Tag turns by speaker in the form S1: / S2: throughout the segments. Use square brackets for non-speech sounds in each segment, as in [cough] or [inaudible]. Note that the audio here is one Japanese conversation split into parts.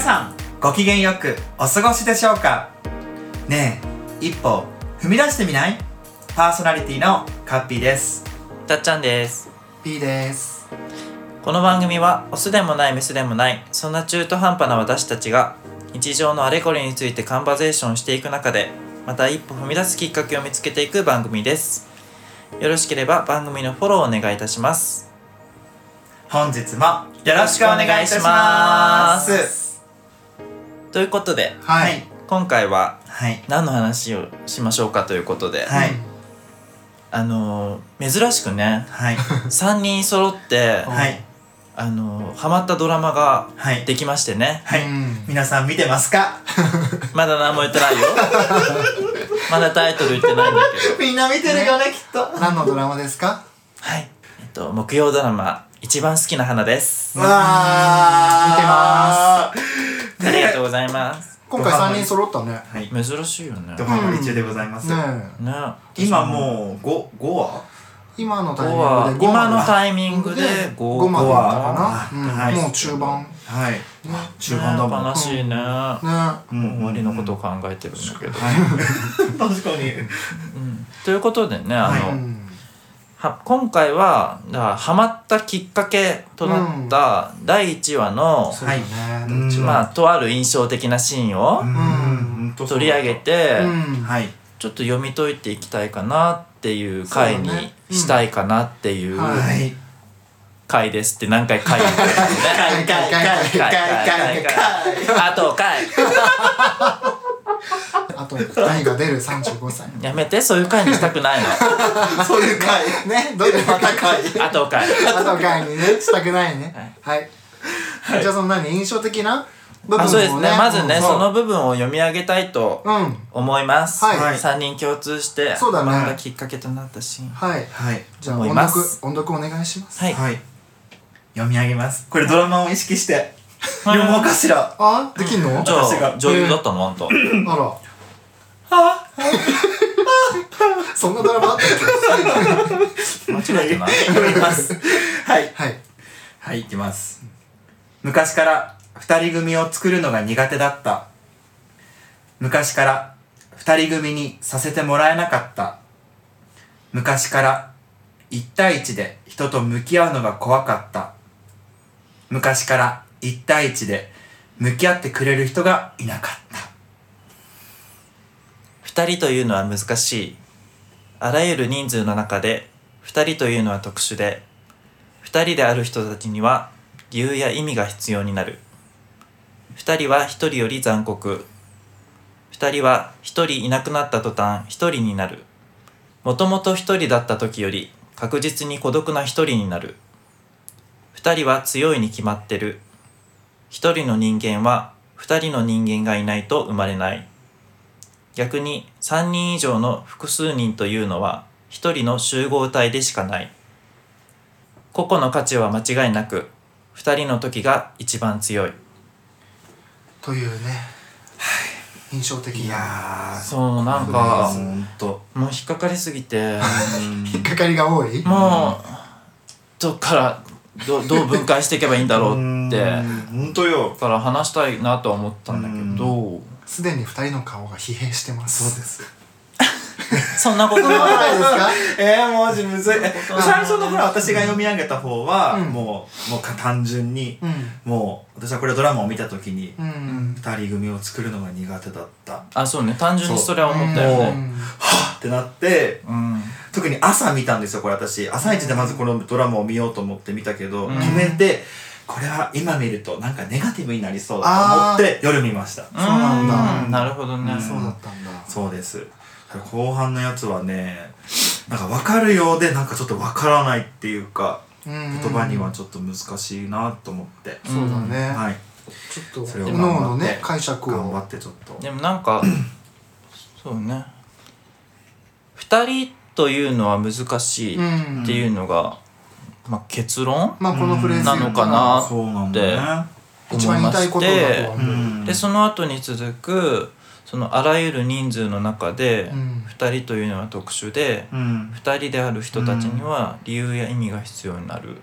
S1: さんご機嫌よくお過ごしでしょうかねえ一歩踏み出してみないパーソナリティのカッピーです
S2: たっちゃんです。
S1: P です
S2: この番組はオスでもないメスでもないそんな中途半端な私たちが日常のあれこれについてカンバゼーションしていく中でまた一歩踏み出すきっかけを見つけていく番組です。よろしければ番組のフォローをお願いいたします。
S1: 本日もよろしくお願いいたします
S2: ということで
S3: はい。
S2: 今回は
S1: はい
S2: 何の話をしましょうかということで、
S1: はい
S2: あのー珍しくね
S1: はい
S2: 3人揃って
S1: はい
S2: あのーハマったドラマが
S1: はい
S2: できましてね
S1: はい
S3: うん
S1: 皆さん見てますか
S2: まだ何も言ってないよ [laughs] まだタイトル言ってないんだけど
S1: みんな見てるよねきっと
S3: 何のドラマですか
S2: はい。えっと、木曜ドラマ、一番好きな花です。
S1: わー見て
S2: ありがとうございます。
S3: 今回3人揃ったね。
S1: はい
S2: 珍しいよね。
S1: ド
S2: ね
S1: ハマり中でございます、
S3: ねえ
S1: 今もう 5, 5話
S3: 今の
S2: 5
S3: タイミ
S2: 話、
S3: ングで
S2: 今のタイミングで
S3: イ5まで
S1: は
S3: だった
S1: は
S3: か
S1: い
S3: な。うんもう中盤。
S1: はい中
S2: 中
S1: 盤
S2: 盤
S1: だ
S2: だ
S1: もん
S2: 悲しいね。終
S3: ね
S1: もう終
S2: わりのことを考えてるんだけど。
S1: 確かに
S2: うんということでね、あ
S1: はい
S3: え。う
S2: の、
S3: ん
S2: は今回は、だからハマったきっかけとなった第1話の、
S3: そうだね。
S1: うん
S3: どっち
S2: ま
S3: も
S2: あ、とある印象的なシーンを
S1: うん
S2: 取り上げて、
S3: うん
S1: はい
S2: ちょっと読み解いていきたいかなっていう回に
S3: そうだねうん
S2: したいかなっていう
S3: はい
S1: はい
S2: 回ですって何回回言ってるのね
S1: かいかいかいかいかいかい
S2: あと回
S3: あと、大が出る35歳。
S2: やめてそういう回にしたくないの
S1: そういう回
S3: ね、どういうまた回。
S2: あと回
S3: あと回にね、したくないね。はい。じゃあその何印象的な部分
S2: あ
S3: を
S2: そうですねまずね
S3: うん
S2: その部分を読み上げたいと
S3: うん。
S2: 思います、
S3: はい
S2: 3人共通して
S3: そうだね
S2: 漫画きっかけとなったシーン
S3: はい。
S1: はい
S3: じゃあ
S2: 思い
S3: 音
S2: ま
S3: 読
S2: す
S3: 音読お願いします。
S2: はい、
S1: はい読み上げますこれドラマを意識して読もうかしら
S3: あできんの？
S2: じ
S3: あ
S1: 私
S2: ゃ
S1: が
S2: あ女優だったのあんた
S3: ら。 [laughs] そんなドラマあったっ
S2: 間違えてない
S1: 読みますはい
S3: け？はい。
S1: はい、いきます。昔から二人組を作るのが苦手だった。昔から二人組にさせてもらえなかった。昔から一対一で人と向き合うのが怖かった。昔から一対一で向き合ってくれる人がいなかった。
S2: 2人というのは難しいあらゆる人数の中で2人というのは特殊で2人である人たちには理由や意味が必要になる2人は1人より残酷2人は1人いなくなった途端1人になるもともと1人だった時より確実に孤独な1人になる2人は強いに決まってる1人の人間は2人の人間がいないと生まれない逆に3人以上の複数人というのは1人の集合体でしかない個々の価値は間違いなく2人の時が一番強い
S3: というね。印象的な。
S1: ー、
S2: そうなん
S1: あ
S2: か
S1: ー、ほんと。
S2: もう引っかかりすぎ [laughs] て
S3: 引っかかりが多い？
S2: もうどっから [laughs] どどう分解していけばいいんだろうってだ
S1: ほんとよ。
S2: から話したいなとは思ったんだけど
S3: すでに二人の顔が疲弊してます。そうです。
S2: そんなこと
S3: そう
S2: ない
S3: ですか？
S1: えー、マジむずい。え最初のほら、私が読み上げた方は、
S3: うん
S1: もう、もうか単純に、
S3: うん。
S1: もう私はこれドラマを見た時に
S3: うん。
S1: 二人組を作るのが苦手だった
S2: あそうね単純にそれは思ったよ
S1: う
S2: ね
S3: ん
S1: ってなって
S2: うん
S1: 特に朝見たんですよこれ私朝一でまずこのドラマを見ようと思って見たけど、
S2: うん
S1: 止めてこれは今見るとなんかネガティブになりそうだ
S3: あ
S1: と
S3: ー
S1: 思って夜見ました
S2: そう
S3: なんだ
S2: なるほどね
S1: うん
S3: そうだったんだ。
S1: そうですただ後半のやつはねなんか分かるようでなんかちょっと分からないっていうか
S3: 言
S1: 言葉にはちょっと難しいなと思って、
S3: そうだね。
S1: はい
S3: ちょっ
S1: そ
S3: と
S1: れを
S3: 各
S1: 頑張って
S3: 々ね解釈
S1: 頑張
S3: を。
S1: ってちょっと
S2: でもなんかそうね2人というのは難しいっ
S3: ん
S2: ていうのが、まあ、結論
S3: まあこのフレーズ
S2: なのかな
S1: そうなんだね
S2: 思
S3: 一
S2: い
S3: 番言
S2: ま
S3: いたい
S2: し
S3: ことだと
S2: て
S3: は
S1: う
S3: 思う。
S1: ん
S2: でその後に続くそのあらゆる人数の中で
S3: うん
S2: 2人というのは特殊で
S1: うん
S2: 2人である人たちには理由や意味が必要になる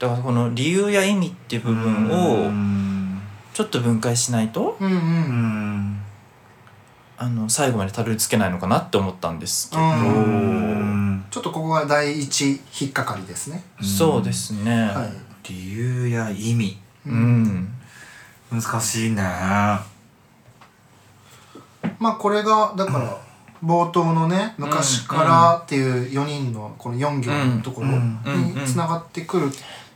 S2: だからこの理由や意味っていう部分
S1: う
S2: を
S1: ん
S2: ちょっと分解しないと
S3: うんう
S1: うんん
S2: あの最後までたどり着けないのかなって思ったんですけど、
S3: う
S1: うんん
S3: ちょっとここが第一引っかかりですね
S2: そうですね、
S3: はい
S1: 理由や意味
S2: うん
S1: 難しいね
S3: まあこれがだから冒頭のね
S2: ん
S3: 昔からっていう4人のこの4行のところ
S1: うん
S3: に
S2: うんうん
S3: つながってくるっ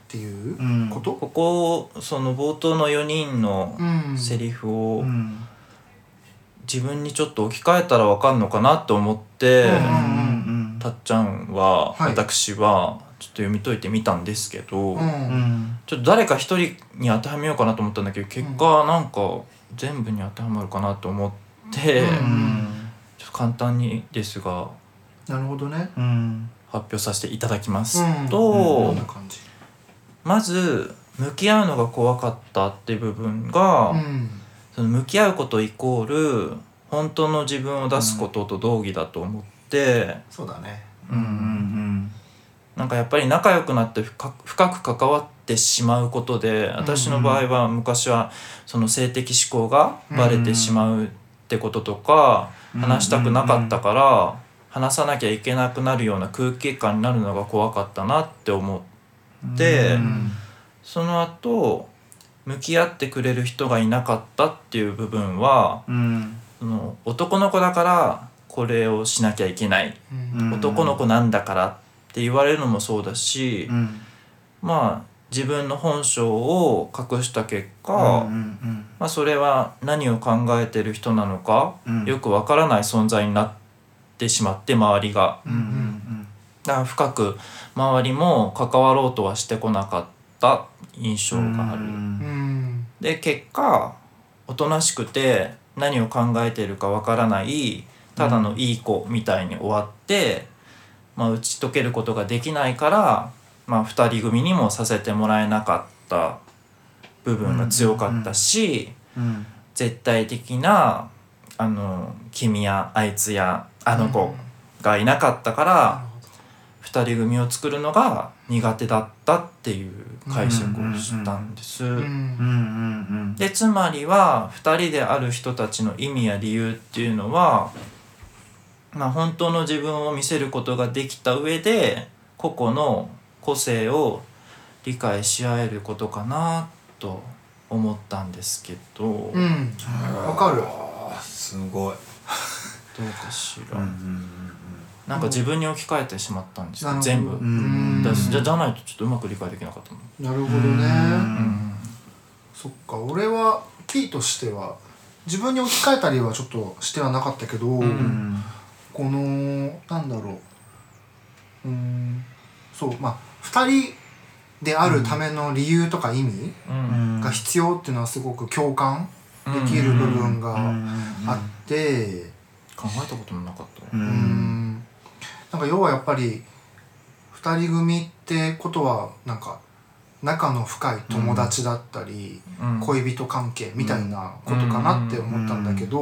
S3: ていう
S1: うん
S3: こと
S2: ここその冒頭の4人の
S3: うん
S2: セリフを
S1: うん
S2: 自分にちょっと置き換えたらわかんのかなと思って、
S3: うん
S1: うんうん
S2: たっちゃんは、
S3: はい
S2: 私はちょっと読み解いてみたんですけど、
S3: う
S1: うんん
S2: ちょっと誰か一人に当てはめようかなと思ったんだけど結果なんか全部に当てはまるかなと思って、
S3: うん
S1: うん
S2: ちょっと簡単にですが
S3: なるほどね
S1: うん
S2: 発表させていただきます
S3: うん
S2: と、
S3: こんな感じ
S2: まず向き合うのが怖かったっていう部分が、
S3: うん
S2: その向き合うことイコール本当の自分を出すことと同義だと思って、
S3: そうだね
S1: うんうん
S2: なんかやっぱり仲良くなって深く深く関わってしまうことで私の場合は昔はその性的思考がバレてしまうってこととか、
S1: うん
S2: 話したくなかったから話さなきゃいけなくなるような空気感になるのが怖かったなって思う
S1: うん
S2: で
S1: うん
S2: その後向き合ってくれる人がいなかったっていう部分は
S1: うん
S2: その男の子だからこれをしなきゃいけない、
S3: うん
S1: うん
S2: 男の子なんだからって言われるのもそうだし、
S1: うん
S2: まあ自分の本性を隠した結果、
S1: うんうん
S2: まあ、それは何を考えてる人なのか、
S1: うん
S2: よくわからない存在になってしまって周りが
S1: うんうん
S2: だから深く周りも関わろうとはしてこなかった印象がある。
S1: うん
S3: うん
S2: で結果おとなしくて何を考えてるかわからないただのいい子みたいに終わって、まあ、打ち解けることができないから、まあ、2人組にもさせてもらえなかった部分が強かったし、
S1: うん
S2: 絶対的なあの君やあいつやあの
S3: うん
S2: 子がいなかったか
S3: な
S2: ら、
S3: るほど
S2: 二2人組を作るのが苦手だったっていう解釈をしたんです。
S3: うん
S1: うんうん
S2: でつまりは2人である人たちの意味や理由っていうのは、まあ、本当の自分を見せることができた上で個々の個性を理解し合えることかなと思ったんですけど、
S3: う
S2: ど
S3: んわかる
S1: あすごい。
S2: うかし
S1: う
S2: ら、
S1: ん
S2: なんか自分に置き換えてしまったんですよ
S3: なるほど
S2: 全部、
S3: う
S1: うんんうん。
S2: だ
S3: う
S2: しじゃじゃないとちょっとうまく理解できなかったもん、
S3: なるほど
S1: うん
S3: ね
S2: うん
S3: そっか俺は P としては自分に置き換えたりはちょっとしてはなかったけど、
S1: うん
S3: このなんだろううーんそうまあ2人であるための理由とか意味
S2: うん
S3: が必要っていうのはすごく共感
S2: う
S3: で
S2: ん
S3: きる部分が
S1: うん
S3: あって
S2: 考えたこともなかった
S1: う
S3: うんーんなんか要はやっぱり2人組ってことはなんか仲の深い友達だったり、
S2: うん
S3: 恋人関係みたいなことかなって思ったんだけど、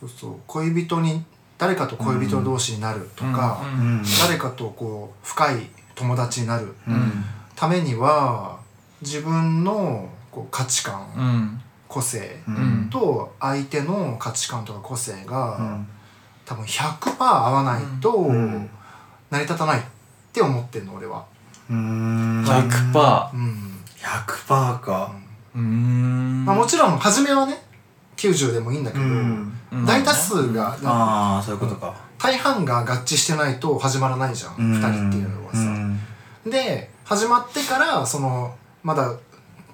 S3: そうそう恋人に誰かと恋人同士になるとか、
S2: うん
S1: うん
S3: 誰かとこう深い友達になる
S1: うん
S3: ためには自分のこう価値観、
S2: うん
S3: 個性
S1: うん
S2: うん
S3: と相手の価値観とか個性が、
S1: うん
S3: 多分100%合わないと
S1: うん
S3: 成り立たないって思ってんの俺は。
S1: うん
S2: 100%パ
S3: うん
S1: 100パーか。
S2: ーうーん
S3: まあ、もちろん初めはね90でもいいんだけど、
S1: うん
S3: 大多数が、
S1: ああそういうことか。
S3: 大半が合致してないと始まらないじゃん、
S1: うん
S3: 2人っていうのはさ。
S1: うん
S3: で始まってからそのまだ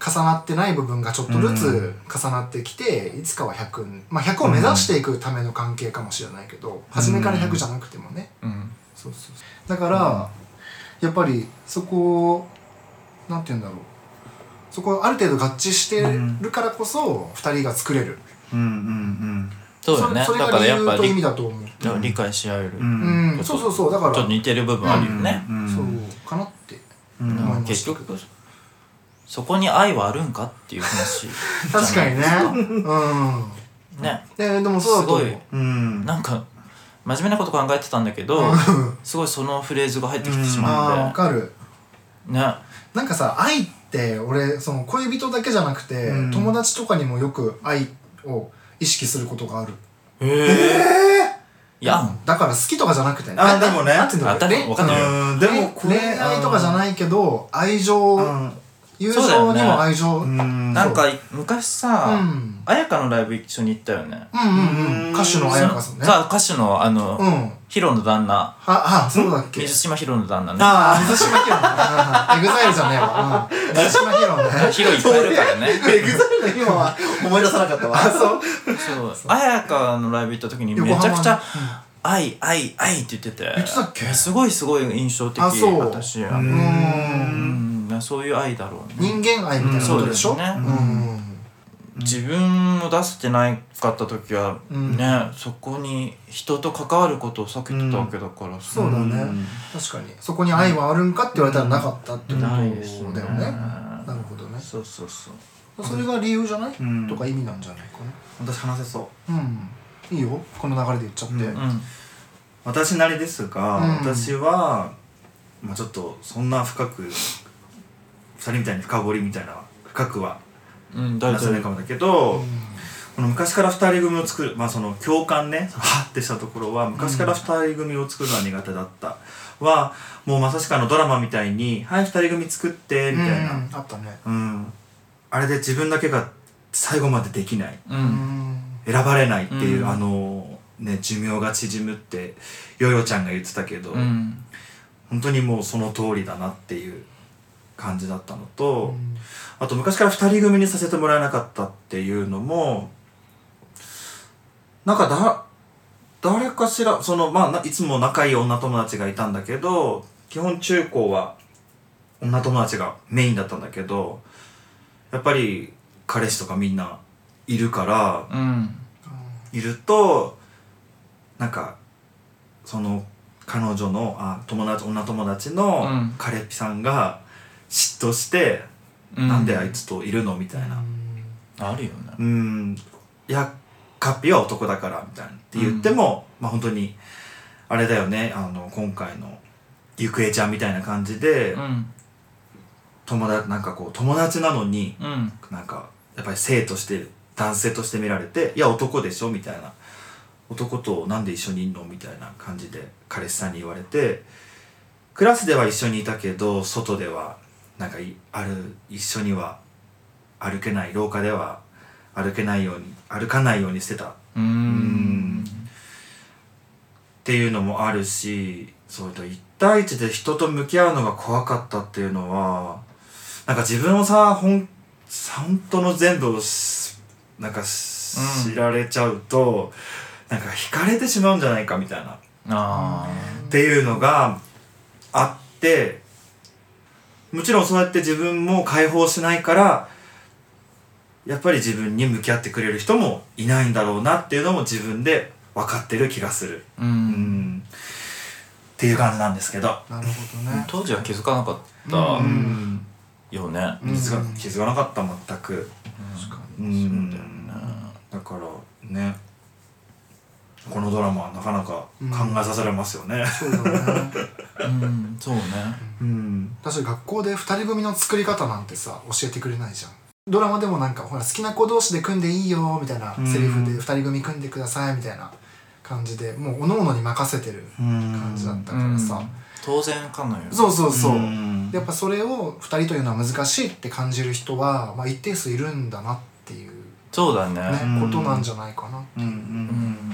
S3: 重なってない部分がちょっとずつ重なってきて、いつかは100、まあ、100を目指していくための関係かもしれないけど、初めから100じゃなくてもね
S2: うん
S3: そうそうそうだから、やっぱりそこをなんて言うんだろうそこある程度合致してるからこそ2人が作れる、
S1: うん
S2: そうだよね
S3: それ
S2: だ
S3: そ
S2: か
S3: れ
S2: ら
S3: が
S2: やっぱ
S3: 理由と意
S2: り
S3: 味だと思う、
S2: 理理解し合える、
S1: う
S2: ち
S1: ん
S3: うん
S2: ちょっと
S3: そうそうそうだか
S2: ょっと
S3: ら
S2: 似てる部分あるよね、
S1: うん
S3: そうかなって
S1: うん
S2: だから
S3: 思いまし
S2: 結
S3: た
S2: 局そこに愛はあるんかっていう話
S3: [laughs] 確かにね
S2: [laughs]
S3: うん
S2: ね
S3: えでもそうだと思う
S2: すごい
S1: うん。
S2: なんか真面目なこと考えてたんだけど
S3: [laughs] うん
S2: すごいそのフレーズが入ってきてし
S3: あ
S2: ま
S3: あ
S2: う
S3: わ
S2: んで、
S3: かる
S2: ね
S3: なんかさ愛っって俺その恋人だけじゃなくて、
S1: うん
S3: 友達とかにもよく愛を意識することがある
S2: ええやん
S3: だから好きとかじゃなくてね
S1: あでもね
S3: なんていうんだろう
S2: あだわかんないよ
S1: うんでもこれ
S3: 恋愛とかじゃないけど愛情、
S1: うん
S3: 友
S2: そうだよ
S3: 情
S2: ね
S3: にも愛情う、
S1: うんん
S2: なんか昔さ
S3: うん
S2: 綾香、のライブ一緒に行ったよね
S3: うんうん
S1: うん
S3: 歌手の綾香さんね
S2: さあ歌手のあの、
S3: うん
S2: ヒロの旦那
S3: あ、あ、そうだっけ
S2: 水島ヒロの旦那ね
S1: あ
S3: 水島ヒロね。エグザイルじゃねえわ。うん水島ヒロね。
S2: ヒロいっぱいいるからね
S1: あエグザイルの今は [laughs] 思い出さなかったわそう
S2: そう綾香のライブ行った時にめ
S3: 横浜
S2: ちゃ
S3: の
S2: くちゃ「愛愛愛」って言ってて
S3: 言ってたっけ
S2: すごいすごい印象的
S3: あそう
S2: 私あ
S1: う
S2: のうんんそういう愛だろうね
S3: 人間愛みたいなことでしょ
S2: うんそうですね
S3: うん
S2: 自分を出せてなかった時は
S3: うん
S2: ねそこに人と関わることを避けてたわけだから
S3: そうだね。確かに。そこに愛はあるんかって言われたらなかったってことだ
S2: な
S3: よ
S2: い
S3: ね
S2: ですね。
S3: なるほどね。
S2: そうそうそう
S3: それが理由じゃない
S1: うん
S3: とか意味なんじゃない
S1: 私話せそう
S3: かな。うん。いいよ。この流れで言っちゃって。
S1: うん
S2: うん
S1: 私なりですが、
S3: うん
S1: 私は、まあ、ちょっとそんな深く2人みたいに深掘りみたいな深くは
S2: うん大
S1: 話
S2: 丈
S1: せないか
S2: 夫
S1: もだけど、
S3: うん
S1: この昔から2人組を作るまあその共感ねそのはっってしたところは昔から2人組を作るのは苦手だった、はもうまさしくあのドラマみたいに「はい2人組作って」みたい
S3: うん
S1: な、
S3: あったね。
S1: うんあれで自分だけが最後までできない
S2: うん
S1: 選ばれないっていう、
S2: うん
S1: あのね寿命が縮むってヨヨちゃんが言ってたけど、
S2: うん
S1: 本当にもうその通りだなっていう感じだったの
S3: う
S1: と、
S3: ん
S1: あと昔から2人組にさせてもらえなかったっていうのもなんかだ誰かしらそのまあないつも仲いい女友達がいたんだけど基本中高は女友達がメインだったんだけどやっぱり彼氏とかみんないるから
S2: うん
S1: いるとなんかその彼女のあ友達女友達の
S2: うん
S1: 彼氏さんが嫉妬して、
S2: うん
S1: なんであいつといるのみたいな
S2: あるよね
S1: うんいやカッピは男だからみたいなって言っても、まあ本当にあれだよねあの今回のゆくえちゃんみたいな感じで、
S2: うん
S1: 友達なんかこう友達なのに
S2: うん
S1: なんかやっぱり性として男性として見られて「いや男でしょ」みたいな「男となんで一緒にいんの?」みたいな感じで彼氏さんに言われてクラスでは一緒にいたけど外ではなんかいある一緒には歩けない廊下では歩けないように歩かないようにしてたっ
S2: うーん
S1: ていうのもあるしそうだ一対一で人と向き合うのが怖かったっていうのはなんか自分をさほん本当の全部をしなんかし
S2: うん
S1: 知られちゃうと、なんか惹かれてしまうんじゃないかみたいな
S2: あ
S1: っていうのがあってもちろんそうやって自分も解放しないからやっぱり自分に向き合ってくれる人もいないんだろうなっていうのも自分で分かってる気がする。
S2: ーう
S1: うんんっていう感じなんですけど。
S3: なるほどね。
S2: 当時は気づかなかった
S3: う
S1: うん、
S2: よね
S3: うん
S1: 気づか気づかなかった全く、
S2: 確か
S1: う
S2: に
S1: ん
S2: そうだよね
S1: だからねこのドラマはなかなか考えさせられますよね。
S3: そうだね。
S2: うんそうね
S1: うん
S3: 確か学校で二人組の作り方なんてさ教えてくれないじゃんドラマでもなんかほら好きな子同士で組んでいいよみたいな
S1: うん
S3: セリフで二人組組んでくださいみたいな感じでもう各々に任せてる感じだったから
S2: う
S3: さ
S2: ん当然かのよ
S3: そうそうそう
S1: うん
S3: でやっぱそれを二人というのは難しいって感じる人は、まあ、一定数いるんだなっていう、
S2: そうだ
S3: ね
S2: ね
S1: うん
S3: ことなんじゃないかな
S1: うんうん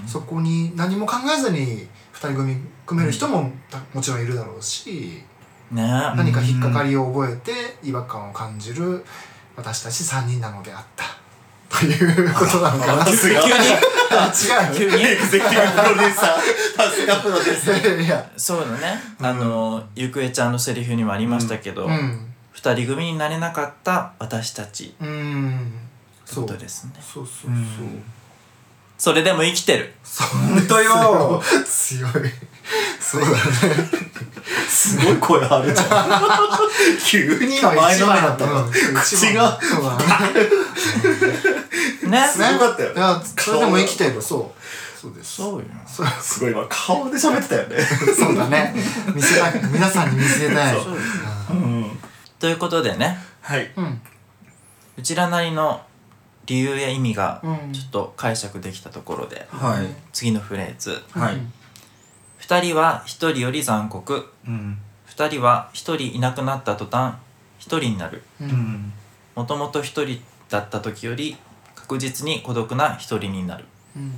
S2: うん
S3: そこに何も考えずに二人組組める人もたもちろんいるだろうし
S2: ね
S1: ん
S3: 何か引っかかりを覚えて違和感を感じる私たち3人なのであったということなのかな
S1: 急に
S3: 違
S2: [laughs] 急に
S1: エグゼクティブプロデューサーさすがプロデューサー
S3: ういや
S2: そうだねあのゆくえちゃんのセリフにもありましたけど
S3: うん
S2: 二人組になれなかった私たち
S3: うん
S2: って
S3: そ
S2: こ
S3: う
S2: とですね
S3: そうそうそう、
S2: それでも生きてる
S1: 本当 [laughs] よ
S3: 強いそうだね
S1: すごい声あるじゃん急に
S3: 今
S1: 前
S3: 一
S1: の
S3: 番
S1: めだった
S3: う
S1: わ
S3: ん
S1: 口
S3: 一番
S1: が
S3: そうだね
S2: ね
S1: すごかったよ
S3: いやそれでも生きてるそうそうです
S2: そうよ
S3: そう
S1: すごい今顔で喋ってたよね
S3: そうだね見せたい皆さんに見せたい。
S2: ということでね
S1: はいう
S3: ん
S2: うちらなりの理由や意味が
S3: うん
S2: ちょっと解釈できたところで
S1: はい。
S2: 次のフレーズ
S1: はい
S2: 「二人は一人より残酷
S1: うん。
S2: 二人は一人いなくなった途端一人になる
S3: う
S1: うんん。
S2: もともと一人だった時より確実に孤独な一人になる」
S3: うん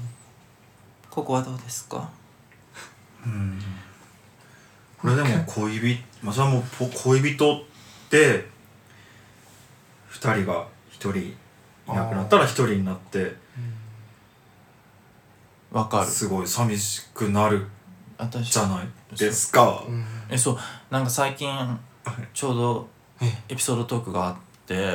S2: ここはどうですか
S1: うん。これでも恋人、まあ、それはもうぽ恋人って、二人が一人いなくなったら一人になって、
S2: わかる
S1: すごい寂しくなる
S2: 私
S1: じゃないですか。
S3: うん
S2: えそうなんか最近ちょうど
S3: え
S2: エピソードトークがあって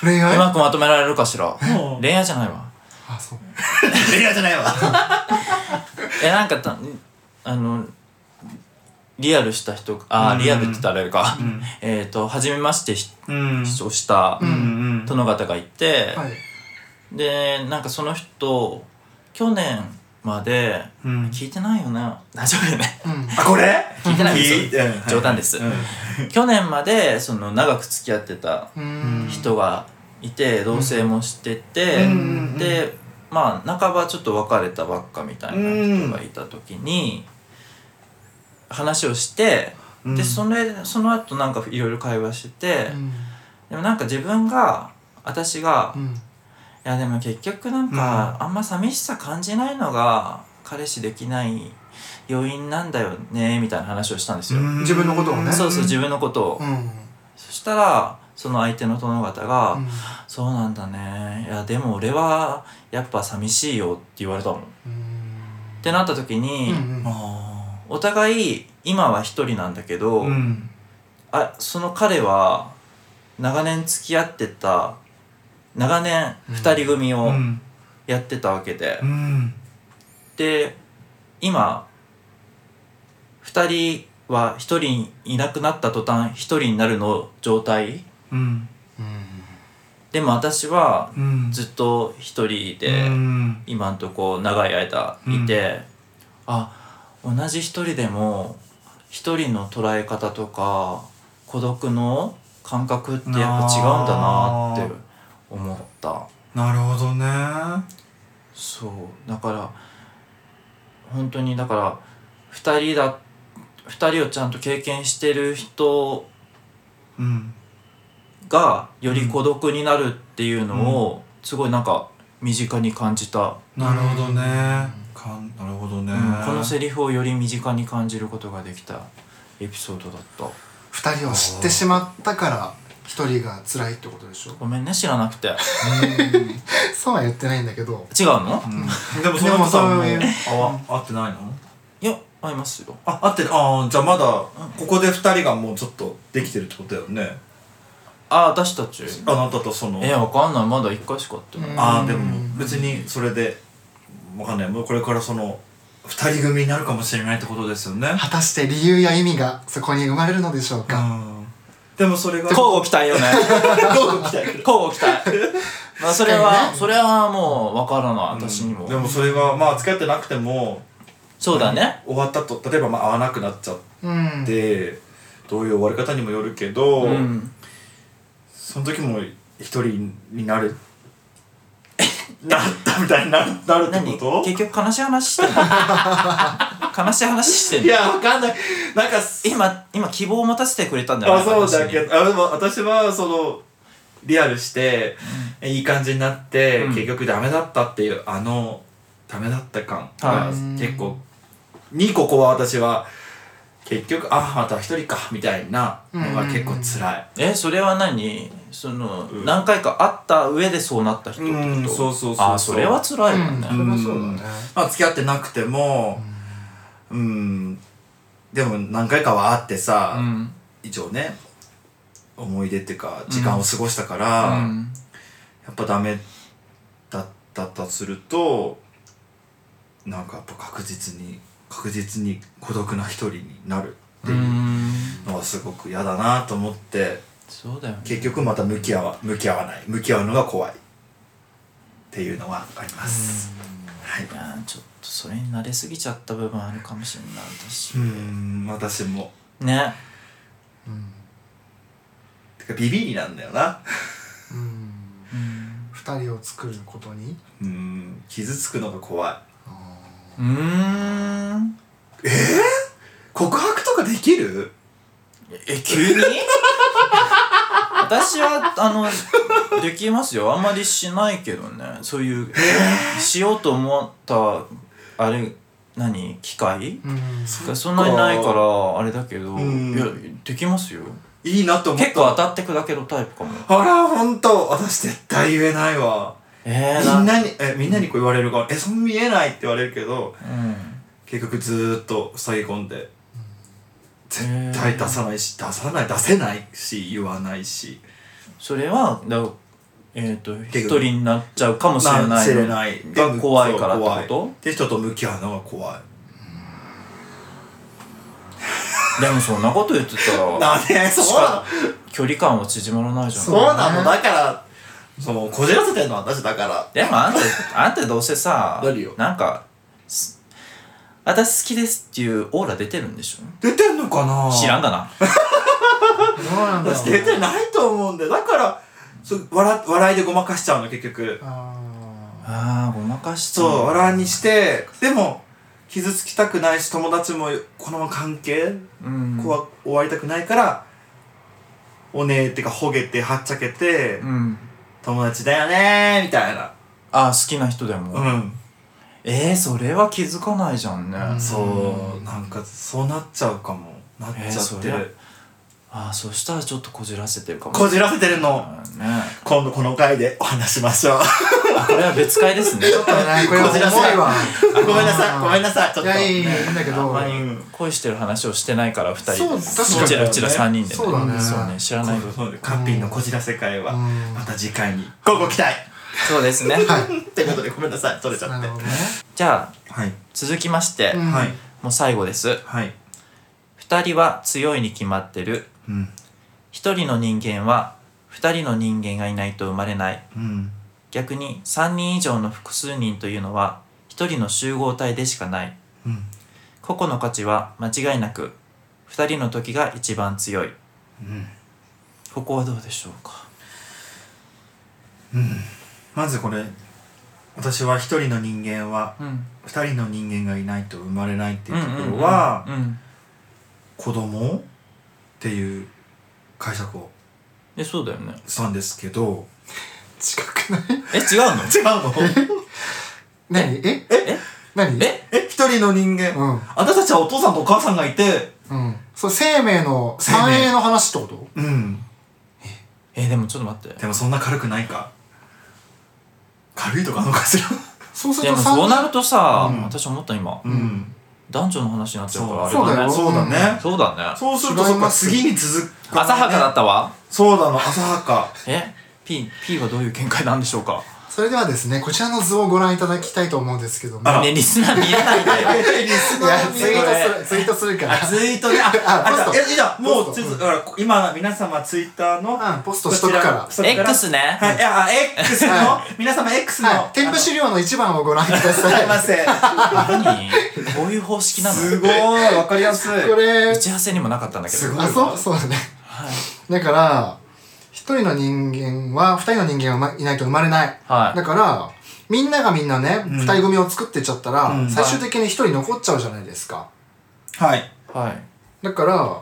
S3: 恋
S2: う
S3: 愛
S2: まくまとめられるかしら
S1: もう
S2: 恋愛じゃないわ
S3: あそう
S1: レイヤーじゃないわ。
S2: えなんかたあのリアルした人が
S1: う
S2: あー
S1: ん
S2: リアルって言ったらあれか、
S1: ん
S2: えっ、と初めましてし
S1: うん。
S2: をした
S3: うん
S1: うん。
S2: 殿方がいて、
S3: はい
S2: でなんかその人去年まで
S1: うん
S2: 聞いてないよね
S1: [laughs]
S2: 大丈夫よね
S3: うん
S1: あ、これ
S2: 聞いてないです
S1: 聞いてうん
S2: 冗談です
S1: うん
S2: [laughs] 去年までその長く付き合ってた
S3: うん
S2: 人がいて同棲もしてて、
S1: うんうん
S2: でまあ半ばちょっと別れたばっかみたいな人がいた時に話をして、
S1: うん
S2: でそれその後なんかいろいろ会話してて、
S3: うん
S2: でもなんか自分が私が、
S3: う
S2: い
S3: ん
S2: やでも結局なんか、あんま寂しさ感じないのが彼氏できない要因なんだよねみたいな話をしたんですよ、
S3: 自分のことをね
S2: そうそう自
S1: 分。
S2: 分のことを、
S3: うん
S2: そしたらその相手の殿方が、
S3: うん
S2: そうなんだねいやでも俺はやっぱ寂しいよって言われたもんっ
S3: うん
S2: てなった時に、
S3: うんうん
S1: あ
S2: お互い今は一人なんだけ
S1: あ。
S2: ど、
S1: ん。
S2: あその彼は長年付き合ってた長年二人組を
S1: うん。
S2: やってたわけで、
S1: うん。
S2: で今二人は一人いなくなった途端一人になるの状態
S1: うん。
S3: うん
S2: でも私は
S1: うん
S2: ずっと一人で、
S1: うん。
S2: 今んとこ長い間いて、あ同じ一人でも一人の捉え方とか孤独の感覚ってやっぱ違うんだなって思った
S1: なるほどね。
S2: そうだから本当にだから二人だ二人をちゃんと経験してる人
S1: うん。
S2: がより孤独になるっていうのをすごいなんか身近に感じた、
S1: なるほどね。かん、なるほどね。
S2: うんこのセリフをより身近に感じることができたエピソードだった
S3: 二人を知ってしまったから一人が辛いってことでしょ
S2: ごめんね知らなくて
S3: そうは言ってないんだけど
S2: 違うの
S1: うんでもその人とはもう
S3: でも
S1: あわ合ってないの
S2: いや合いますよ
S1: あ、合ってる。ああ、じゃあまだ、ここで二人がもうちょっとできてるってことだよね。
S2: あ私たち
S1: あなたとその。
S2: えわかんないまだ1回しか会ってない、
S3: うん
S1: ああでも別にそれでわかんないもうこれからその二人組になるかもしれないってことですよね
S3: 果たして理由や意味がそこに生まれるのでしょう
S1: う
S3: か、
S1: んでもそれが
S2: 交互期待よね
S1: う来たい
S2: 交互期待まあそれ
S3: 確か
S2: は、
S3: にね
S2: それはもうわからない私にも、
S1: でもそれはまあ付き合ってなくても
S2: そうだね
S1: 終わったと例えばまあ会わなくなっちゃっ
S3: うん、
S1: て、どういう終わり方にもよるけど、
S2: うん
S1: その時も一人になる [laughs] なったみたいになるなるって
S2: 何
S1: こと
S2: 結局悲しい話してる
S1: [laughs]
S2: 悲しい話して
S1: い
S2: る
S1: やわかんないなんか
S2: 今今希望を持たせてくれたんじゃない
S1: あそうだけ
S2: 私に
S1: どあでも私はそのリアルして、いい感じになって、
S2: うん
S1: 結局ダメだったっていうあのダメだった感
S2: はい
S1: 結構にここは私は結局あまた一人かみたいなのが結構辛い
S2: えそれは何その、
S1: うん
S2: 何回か会った上でそうなった人ってこと、
S1: うんそうそうそうそう
S2: あそれは辛いわね、
S3: うん、それはそうだね
S1: まあ付き合ってなくてもうんでも何回かは会ってさ、
S2: うん
S1: 以上ね思い出っていうか時間を過ごしたから、
S2: うん
S1: やっぱダメだったとするとなんかやっぱ確実に確実に孤独な一人になるってい
S2: うん
S1: うのはすごく嫌だなと思って
S2: そうだよね
S1: 結局また向き合わ向き合わない向き合うのが怖いっていうのはあります。はい
S2: いやちょっとそれに慣れすぎちゃった部分あるかもしれない私
S1: うーん私も
S2: ね
S3: うん
S1: ビビりなんだよな
S3: うん二人を作ることに
S1: うん傷つくのが怖い
S2: うんうん
S1: 告白とかできる
S2: え急に私はあのできますよあんまりしないけどねそういうしようと思ったあれ何機会
S3: うん
S2: そんなにないからあれだけど
S1: うん
S2: いやできますよ
S1: いいなと思った
S2: 結構当たって砕けるタイプかも
S1: あらほんと私絶対言えないわ
S2: えー、
S1: みんなにえみんなにこう言われるから「えそん見えない」って言われるけど
S2: うん
S1: 結局ずーっと塞ぎ込んで絶対出さないし出さない出せないし言わないし
S2: それはだえっ、と一
S1: 結
S2: 人
S1: 局
S2: になっちゃうかもしれ
S1: な
S2: ない
S1: せれない
S2: が怖いからって
S1: そう
S2: こ
S1: 怖いで人と向き合うのが怖い
S2: とでもそんなこと言ってたら
S1: なんでそうなの
S2: 距離感は縮まらないじゃん
S1: そうなのだからそのこじらせてんの私だから
S2: でもあんた、あんたどうせさ、
S1: 何よ
S2: なんか、す私好きですっていうオーラ出てるんでしょ
S1: 出てんのかな
S2: 知らんがな。
S3: どうなんだろ
S1: 私
S3: う
S1: 出てないと思うんでだからそう笑笑いでごまかしちゃうの結局
S3: あ
S2: ああ、ごまかし
S1: そう、笑いに
S2: し
S1: して、でも、傷つきたくないし、友達もこのまま関係、
S2: うん。
S1: 怖終わりたくないから、おねえってか、ほげて、はっちゃけて、
S2: うん。
S1: 友達だよねー、みたいな。
S2: ああ、好きな人でも。
S1: うん。
S2: ええー、それは気づかないじゃんね。
S3: うん
S1: そう、なんか、そうなっちゃうかも。なっちゃって
S2: えーそりゃ
S1: る。
S2: ああ、そしたらちょっとこじらせてるかも。
S1: こじらせてるの。
S2: ね。
S1: 今度この回でお話しましょう。
S2: あこれは別会 [laughs] ですね。
S3: ーちょっとねこれ
S1: こじらせ
S3: 重いわ
S1: ごめんなさい、ごめんなさい、ちょっ
S3: い
S1: と。
S3: やいやい
S1: ね
S3: やいいんだけ
S2: あ
S3: ど
S2: んまり恋してる話をしてないから、二人で。
S3: そう確かに
S2: うちらうちら三人で、
S3: そうだね
S2: そうね、知らない部分。
S1: そうカッピーのこじらせ会は、
S3: うん
S1: また次回に、ごご期待
S2: [laughs] そうですね。
S1: ってことで、ごめんなさい、取れちゃ
S3: な
S1: っ
S3: る
S1: て
S3: ほ。どね
S2: じゃあ、
S1: はい。
S2: 続きまして、
S3: うん
S1: はい。
S2: もう最後です。
S1: はい。
S2: 二人は強いに決まってる
S1: うん。
S2: 一人の人間は二人の人間がいないと生まれない
S1: うん。
S2: 逆に三人以上の複数人というのは一人の集合体でしかない
S1: うん。
S2: 個々の価値は間違いなく二人の時が一番強い
S1: うん。
S2: ここはどうでしょうか
S1: まずこれ、私は一人の人間は、
S2: うん
S1: 二人の人間がいないと生まれないっていうところは、
S2: うんうんうんうん
S1: 子供っていう解釈を
S2: えそうだよね
S1: したんですけど、
S3: 近くない
S2: え違うの
S1: 違うの
S3: 何え
S2: え
S3: 何
S1: [laughs]
S2: え
S1: え、一人の人間、
S3: うん
S1: 私たちはお父さんとお母さんがいて、
S3: うんそれ生命の繁栄の話ってこと
S1: うん。
S2: えでもちょっと待って
S1: でもそんな軽くないか。軽いとかあんのかしら。
S3: そうする
S2: で
S3: と
S2: も
S3: 三
S2: そうなるとさ、
S1: うん
S2: 私思った今、
S1: うん。
S2: 男女の話になっちゃうからあれ
S3: そうだよ
S1: そうだね。
S2: そうだね
S1: そうすると、そっ
S3: 違い
S1: か、
S3: ます
S1: 次に続く、
S2: 浅はかだっ。たわ
S1: そうだの、浅はか。
S2: え P, P はどういう見解なんでしょうか
S3: それではですねこちらの図をご覧いただきたいと思うんですけども
S1: あら
S2: ねリスナー見えないんだ
S1: [laughs]
S2: よ
S3: いやツイー
S1: これ
S3: トするツイートするから
S1: あツイートね。あ、
S3: あ
S1: あじゃあ
S3: ポスト
S1: えじゃあも
S3: ポ
S1: う、ち
S3: スト
S1: ょっと、だから、今、皆様、ツイッターの、
S3: うんポストしとくから
S1: こちら
S2: X ね
S1: はい、いや、あ X の
S3: は、
S1: 皆様 X の、
S3: はい添付資料の一番をご覧くだ
S1: あのすい
S3: さ
S1: ま
S3: い
S1: せん。
S2: 何こういう方式なの
S1: すごい、わかりやすい。
S3: これ
S2: 打ち合わせにもなかったんだけど
S1: すごい
S3: あそうそうだね
S2: はい、
S3: だから一人の人間は二人の人間はまいないと生まれない
S2: は
S3: だからみんながみんなね、
S1: ん
S3: 二人組を作ってっちゃったら、
S1: うん
S3: 最終的に一人残っちゃうじゃないですか
S1: はい。
S2: いはい、
S3: だから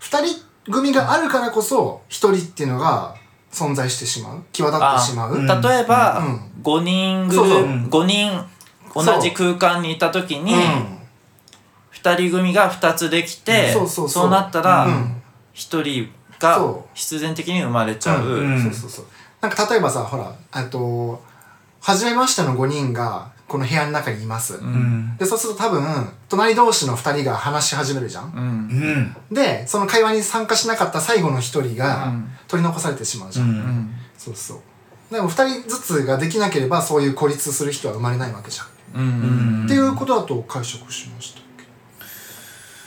S3: 二人組があるからこそ一人っていうのが存在してしまう際立ってしまう、
S1: うん
S2: 例えば、
S3: うん
S2: 五5人グル
S3: そうそう
S1: うん
S2: ープ5人同じ空間にいた時に、二2人組が2つできて、
S3: そうそうそう
S2: なったら、
S3: うん
S2: 一1人が
S3: そう
S2: 必然的に生まれちゃう、
S1: うん
S3: そうそうそう。なんか例えばさ、ほら、えっと、初めましての5人が、この部屋の中にいます。
S1: うん。
S3: で、そうすると多分、隣同士の2人が話し始めるじゃん。
S2: うん
S1: うん。
S3: で、その会話に参加しなかった最後の1人
S2: う
S3: が
S2: ん
S3: 取り残されてしまうじ
S1: う
S3: ゃん。
S1: ん。
S3: そうそう。でも2人ずつができなければ、そういう孤立する人は生まれないわけじゃん。
S2: うん
S3: っていうことだと解釈しましたっけ。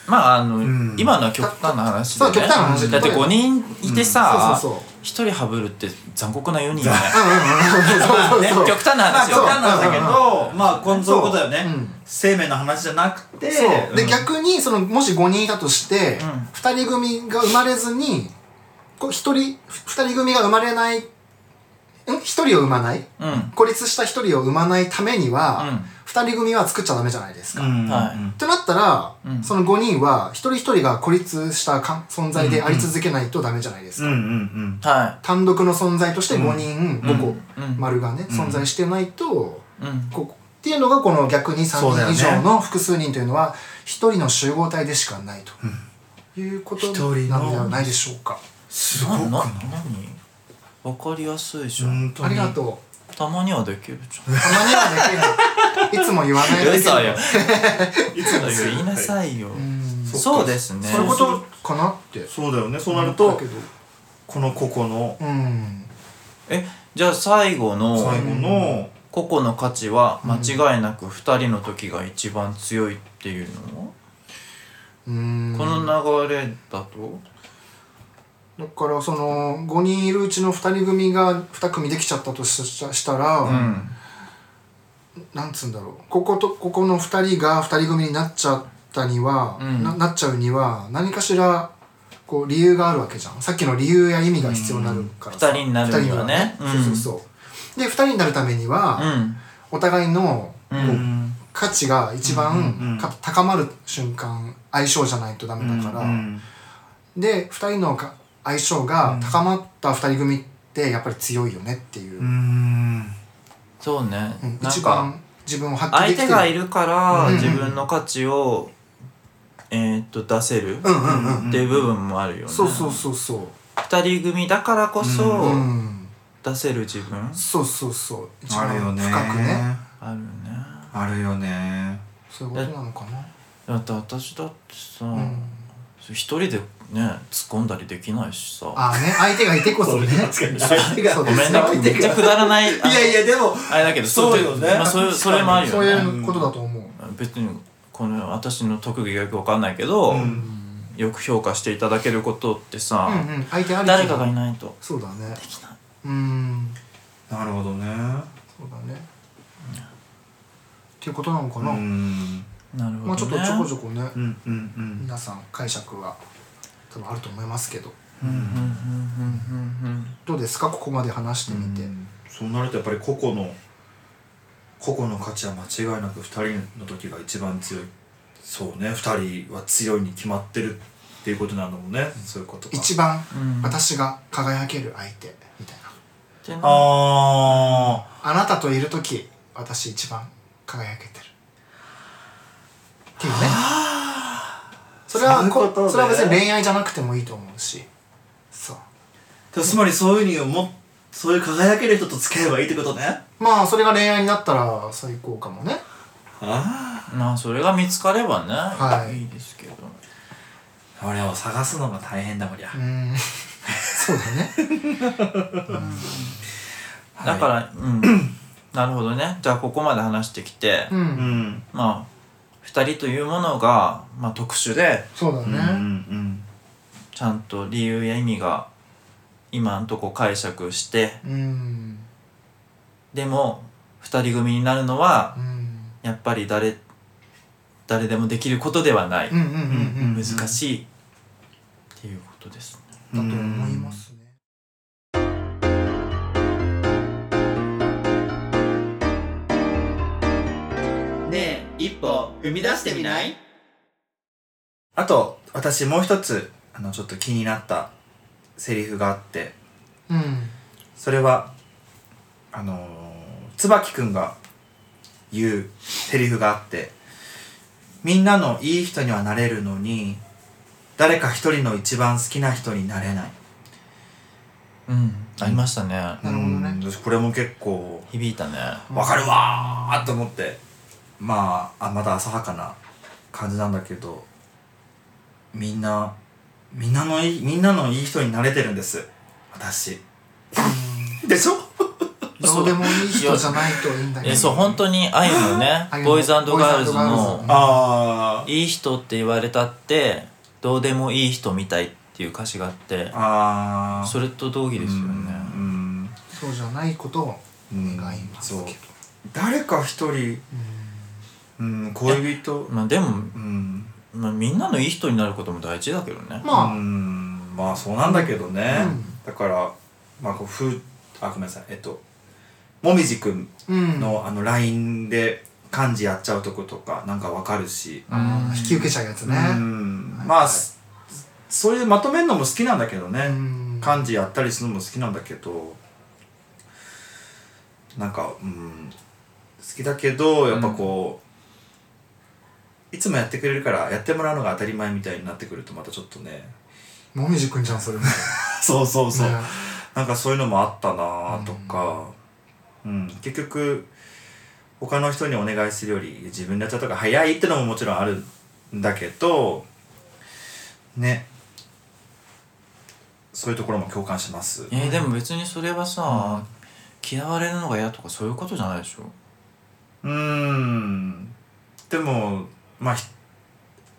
S2: まああの、
S1: ん
S2: 今のは極端な話で、ね、
S3: そう極端な話
S2: だって5人いてさ、
S3: そうそうそう
S2: 一1人ハブるって残酷な4人よね
S3: うんうんうん。そうそ
S2: [laughs]
S3: う
S2: ね
S3: [laughs] そ
S2: [laughs]
S3: う。
S2: 極端な
S1: まあ、
S2: 話
S1: 極
S2: よ、
S1: 端なんだけど、まあ、こんそういうことだよ
S3: う
S1: ね
S3: ん。
S1: 生命の話じゃなくて、
S3: そう。で、
S1: うん
S3: 逆に、その、もし5人いたとして
S2: うん、
S3: 2人組が生まれずに、ここう一人、二人組が生まれない、ん一人を生まない
S2: うん
S3: 孤立した一人を生まないために
S2: う
S3: は
S2: ん、
S3: 二、人組は作っちゃダメじゃないですか。っ
S1: ん
S2: はい
S3: てなったら、
S2: うん
S3: その5人は一人一人が孤立したかん存在であり続けないとダメじゃないです
S1: うん
S3: か。
S1: うんうん
S2: は
S3: 単独の存在として5人、
S2: うん
S3: 5個、
S2: うん
S3: 丸がね、
S1: うん
S3: 存在してないと、
S2: いうん
S3: ここっていうのがこの逆に3
S1: そうだよ
S3: 人
S1: ね
S3: 以上の複数人というのは一人の集合体でしかないと、いうこと
S1: 一人
S3: な
S1: の
S3: んではないでしょうか
S1: すごく
S2: なな
S1: ない
S2: 何わかりやすいじゃ
S1: 本
S2: ん
S1: 当
S3: あり
S1: に
S3: がとう
S2: たまにはできるじゃん
S3: たまにはで
S1: [laughs]
S3: きるいつも言わないだけ
S2: 嘘
S3: ど
S2: よ
S1: いつも
S2: 言いなさいよ
S3: うん
S1: そっ
S3: そ
S1: か
S2: そうですね
S3: ういうことかなって
S1: そうだよねそうなる
S3: 思っ
S1: と
S3: たけど
S1: この個々の
S3: うん
S2: えじゃあ最後の
S1: 最後の
S2: 個々の価値は間違いなく2人の時が一番強いっていうの、
S3: うん
S2: この流れだと
S3: だからその5人いるうちの2人組が2組できちゃったとしたしたら、
S2: うん
S3: なんつうんだろうこことここの2人が2人組になっちゃったには、
S2: うん
S3: ななっちゃうには何かしらこう理由があるわけじゃんさっきの理由や意味が必要になるから
S2: 2人になるにはね
S3: 二人にはねそうそうそうで2人になるためには、お互いの
S2: うんう
S1: うんん
S3: 価値が一番、
S1: うんうんうん
S3: か高まる瞬間相性じゃないとダメだから、
S1: うん
S3: で2人のか相性が高まった2人組ってやっぱり強いよねっていう、
S1: うんうん
S2: そうね、
S3: うん
S2: なん
S3: 一
S2: か
S3: 番自分を発揮
S2: 相
S3: できてる
S2: 手がいるから
S3: うん
S2: 自分の価値を、えーっと出せるっ
S3: うんうんうん、
S1: うん
S2: ていう部分もあるよね、
S3: そうそうそうそう
S2: 2人組だからこそ、
S3: うん、
S2: 出せる自分
S3: そうそうそう一
S1: あるよ
S3: 番
S1: ね
S3: 深くね
S2: あるね
S1: あるよね
S3: そういうことなのかな
S2: だって私だってさ、
S3: うん
S2: 一人でね突っ込んだりできないしさ
S3: ああね相手がいてこ
S2: [laughs]
S3: そね
S1: 相手が
S3: そう
S2: ごめんね
S3: 相
S2: め
S3: 手
S2: っちゃくだらないあ
S1: いやいやでも
S2: あれだけど
S1: そうよね
S2: まあ、そういうそれもある
S3: そう
S2: よね
S3: いうことだと思う、
S2: 別にこの私の特技がよくわかんないけど、
S1: うん
S2: よく評価していただけることってさ、
S3: うんうん相手ありき
S2: 誰かがいないと
S3: そうだね
S2: できない
S3: うん
S1: なるほどね
S3: そうだねっていうことなのか
S1: う
S3: な、
S1: ん
S2: なるほど、ね、
S3: まあちょっとちょこちょこね、
S1: うんうん
S3: 皆さん解釈は多分あると思いますけど
S1: うんう
S2: うんうんうんうんうん
S3: どうですかここまで話してみて、
S1: うんそうなるとやっぱり個々の個々の価値は間違いなく2人の時が一番強いそうね2人は強いに決まってるっていうことなのもねそういうことか
S3: 一番
S2: うん
S3: 私が輝ける相手みたいな
S2: ってね
S1: あ
S3: あなたといる時私一番輝けてるっていうねそれは
S1: そう
S3: こ
S1: いうことね
S3: それは別に恋愛じゃなくてもいいと思うしそう
S1: あつまりそういうふうに思っそういう輝ける人と付き合えばいいってことね
S3: まあそれが恋愛になったら最高かもね
S1: あ
S2: まあそれが見つかればね、
S3: はい
S2: いいですけど
S1: あ俺を探すのが大変だもりゃ
S3: うーんそうだね
S2: だから、
S3: [clears throat]
S2: うん、なるほどねじゃあここまで話してきて、
S3: うん、
S1: うん
S2: まあ2人というものが、まあ、特殊で
S3: そうだ
S1: うんう
S3: ね、
S1: ん
S2: ちゃんと理由や意味が今んとこ解釈して
S3: うん
S2: でも2人組になるのは
S3: うん
S2: やっぱり誰誰でもできることではない、
S3: うんうんうんうん
S1: うん
S2: 難しいっていうことですね。
S1: う
S3: だ
S1: ん
S3: と思いますね
S4: ねえ一歩踏み出してみない
S1: あと私もう一つあのちょっと気になったセリフがあって
S3: うん
S1: それはあのー椿くんが言うセリフがあってみんなのいい人にはなれるのに誰か一人の一番好きな人になれない
S2: うん、ありましたね
S3: なるほどね
S1: うん私これも結構
S2: 響いたね。
S1: わかるわーと思ってまああまだ浅はかな感じなんだけどみんなみんなのいいみんなのいい人になれてるんです私でしょ
S3: どうでもいい人じゃないといいんだけど
S2: えそう本当にあゆのね
S3: あゆの
S2: ボーイズガールズ
S3: ボーイズガール
S2: の
S3: ズ
S1: あー
S2: いい人って言われたってどうでもいい人みたいっていう歌詞があって
S1: あー
S2: それと同義ですよね
S1: うん
S3: そうじゃないことを
S1: うん
S3: 願いますけど、
S1: そう誰か一人、うん、恋人
S2: まあでも、
S1: うん
S2: まあ、みんなのいい人になることも大事だけどね
S3: まあ、
S1: うんまあそうなんだけどね、
S3: うん
S1: だからまあこうふあごめんなさいえっともみじくん
S3: うん
S1: のあの LINE で漢字やっちゃうとことかなんかわかるし、
S3: あー引き受けちゃうやつね
S1: うん
S3: はい
S1: まあ、
S3: はい
S1: すそういうまとめるのも好きなんだけどね、
S3: うん
S1: 漢字やったりするのも好きなんだけどなんかうん好きだけどやっぱこう、いつもやってくれるからやってもらうのが当たり前みたいになってくるとまたちょっとね
S3: もみじくんじゃんそれも
S1: そうそうそう、
S3: ね
S1: なんかそういうのもあったなとか、うん、結局他の人にお願いするより自分でやっちゃった方が早いってのももちろんあるんだけどねそういうところも共感します
S2: えーでも別にそれはさ、嫌われるのが嫌とかそういうことじゃないでしょ
S1: うんでもまあひ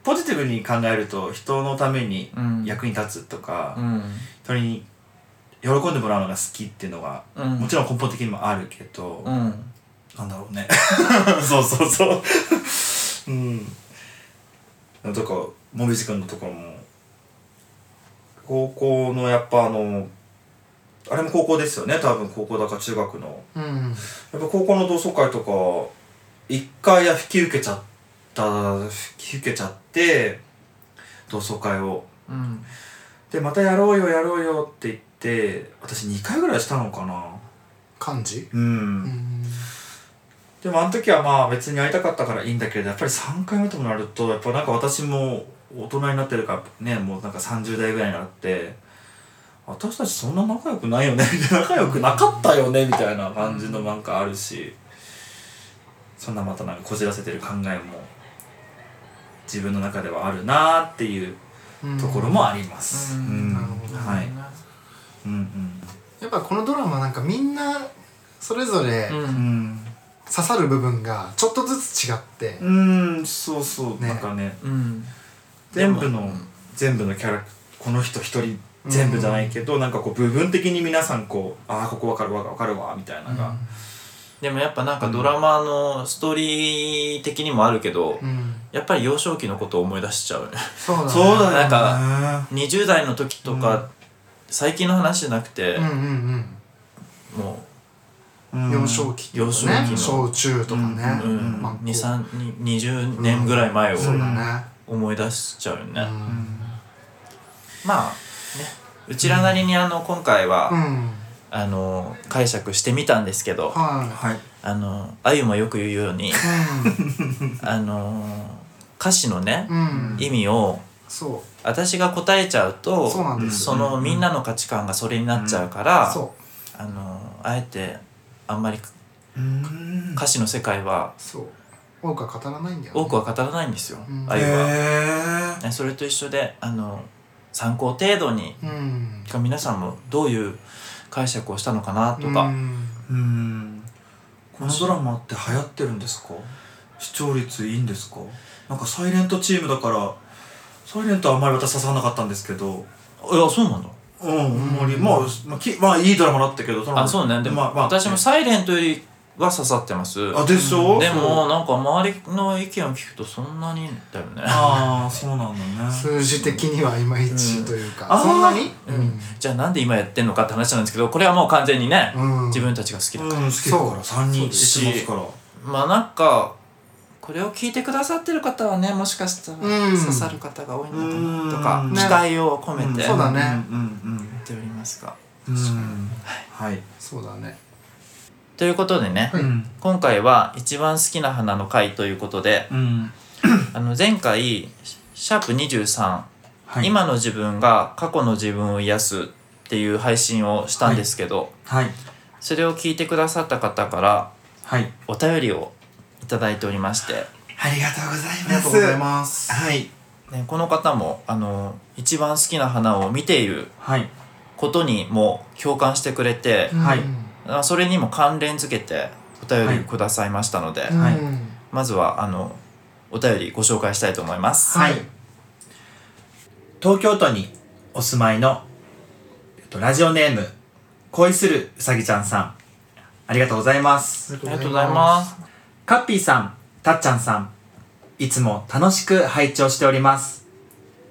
S1: ポジティブに考えると人のために
S2: うん
S1: 役に立つとか、
S2: うん
S1: 人に喜んでもらうのが好きっていうのが
S2: うん
S1: もちろん根本的にもあるけど、
S2: うん
S1: なんだろうね [laughs] そうそうそううんとかもみじくんのところも高校のやっぱあのあれも高校ですよね多分高校だか中学の
S3: うん
S1: やっぱ高校の同窓会とか一回は引き受けちゃった引き受けちゃって同窓会を
S2: うん
S1: でまたやろうよやろうよって言って私2回ぐらいしたのかな
S3: 漢字
S1: うん
S3: うん
S1: でもあの時はまあ別に会いたかったからいいんだけれどやっぱり3回目ともなるとやっぱなんか私も大人になってるからねもうなんか30代ぐらいになって私たちそんな仲良くないよね仲良くなかったよねみたいな感じのなんかあるしそんなまたなんかこじらせてる考えも自分の中ではあるなっていう
S3: うん
S1: ところもあります。
S2: うん
S1: うん
S3: なるほど
S1: はい、うん
S3: やっぱこのドラマなんかみんなそれぞれ
S2: う
S3: 刺
S1: うんん
S3: さる部分がちょっとずつ違って
S1: うん、うん、そうそう、
S3: ね
S1: なんかね
S2: うん
S1: 全部の全部のキャラこの人一人全部じゃないけど、なんかこう部分的に皆さんこうああここわかるわわかるわみたいなのが、
S2: でもやっぱなんかドラマのストーリー的にもあるけど、
S3: うん
S2: やっぱり幼少期のことを思い出しちゃう
S3: そうだね
S1: そうだね
S2: なんか
S1: か
S2: 20代の時とか、
S1: うん
S2: 最近の話じゃなくて
S3: う、んうん
S2: も
S3: うん幼少
S1: 期
S3: 期とかね
S2: 幼少期の
S3: 小中とかね
S2: う、うん
S1: うん
S3: まあ
S2: 2 3 20年ぐらい前を
S3: そうだね
S2: 思い出しちゃうよね、
S3: うん
S2: まあねうちらなりにあの今回は、
S3: うん
S2: あの解釈してみたんですけど、
S3: は
S1: はい
S2: あのあゆもよく言うよう
S3: [laughs]
S2: に
S3: い
S2: あの歌詞のね
S3: う、んうん
S2: 意味を
S3: そ
S2: 私が答えちゃうと
S3: そうなんです
S1: よ
S2: そのみんなの価値観がそれになっちゃうから、
S3: うそ
S2: あのあえてあんまり
S1: うん
S2: 歌詞の世界は
S3: うそう多くは語らないんだよね
S2: 多くは語らないんですよ、
S3: うん
S2: あゆは、
S1: へ
S2: ねそれと一緒であの参考程度に
S3: うん
S2: てか皆さんもどういう解釈をしたのかなとか、
S3: うん
S1: ーうんこのドラマって流行ってるんですか視聴率いいんですかなんかサイレントチームだからサイレントはあんまり私刺さらなかったんですけど
S2: いやそうなんだ
S1: うん、あんまり、まあ、まあ、きまあいいドラマだったけどその
S2: あそうねでも、
S1: まあまあ
S2: 私も「サイレントよりは刺さってます
S1: あでしょ
S2: でもなんか周りの意見を聞くとそんなにだよね
S1: ああそうなんだね
S3: 数字的にはいまいちというか、
S1: うん
S3: そんなに、
S2: うんじゃあなんで今やってんのかって話なんですけどこれはもう完全にね、
S3: うん
S2: 自分たちが好きだ
S1: う
S2: か
S1: ん
S2: ら、
S1: 好きだから3人知ってますから
S2: まあなんかこれを聞いてくださってる方はねもしかしたら
S3: うん
S2: 刺さる方が多いのか
S1: うん
S2: なとか、
S1: ね
S2: 期待を込めて
S3: そうだ
S2: 言
S3: ね
S1: うんうん
S2: っておりますが、
S1: うんうんはい
S3: そうだね
S2: ということでね、
S3: はい
S1: うん
S2: 今回は一番好きな花の回というこ
S1: [coughs]
S2: とで、
S1: うん
S2: あの前回シャープ23、
S1: はい
S2: 今の自分が過去の自分を癒すっていう配信をしたんですけど、
S1: はい
S2: それを聞いてくださった方から
S1: はい
S2: お便りをいただいておりまして、
S1: ありがとうござい
S3: ありがとうございます
S1: はい
S2: ね、この方もあの一番好きな花を見ている
S1: はい
S2: ことにも共感してくれて、
S1: はい
S2: あそれにも関連づけてお便りくださいましたので、
S3: うん
S1: はい
S2: まずはあのお便りご紹介したいと思います。
S1: はい東京都にお住まいのえっとラジオネーム恋するうさぎちゃんさんありがとうございます
S2: ありがとうございます。
S1: カッピーさん、たっちゃんさん、いつも楽しく拝聴しております。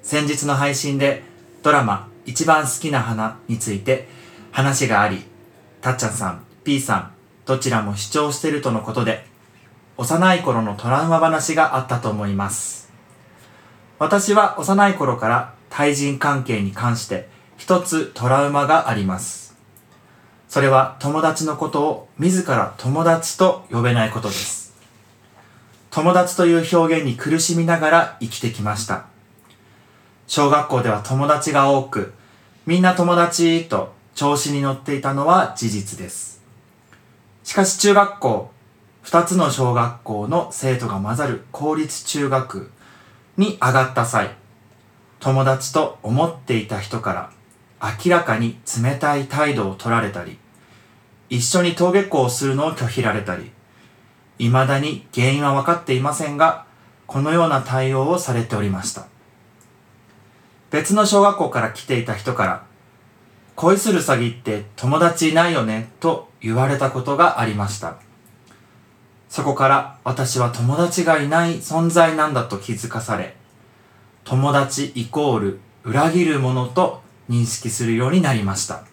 S1: 先日の配信でドラマ、一番好きな花について話があり、たっちゃんさん、P さん、どちらも主張しているとのことで、幼い頃のトラウマ話があったと思います。私は幼い頃から対人関係に関して一つトラウマがあります。それは友達のことを自ら友達と呼べないことです。友達という表現に苦しみながら生きてきました。小学校では友達が多く、みんな友達と調子に乗っていたのは事実です。しかし中学校、二つの小学校の生徒が混ざる公立中学に上がった際、友達と思っていた人から明らかに冷たい態度を取られたり、一緒に登下校をするのを拒否られたり、未だに原因は分かっていませんが、このような対応をされておりました。別の小学校から来ていた人から、恋する詐欺って友達いないよねと言われたことがありました。そこから私は友達がいない存在なんだと気づかされ、友達イコール裏切るものと認識するようになりました。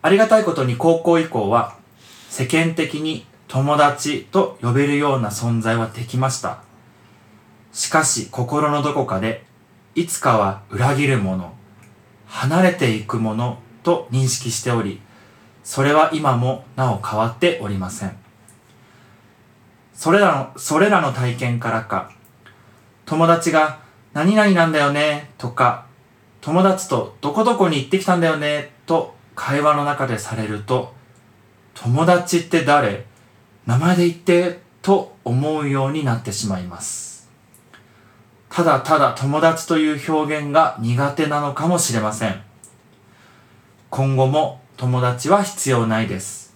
S1: ありがたいことに高校以降は世間的に友達と呼べるような存在はできました。しかし心のどこかでいつかは裏切るもの、離れていくものと認識しており、それは今もなお変わっておりません。それらの、それらの体験からか、友達が何々なんだよねとか、友達とどこどこに行ってきたんだよねと会話の中でされると、友達って誰名前で言ってと思うようになってしまいます。ただただ友達という表現が苦手なのかもしれません。今後も友達は必要ないです。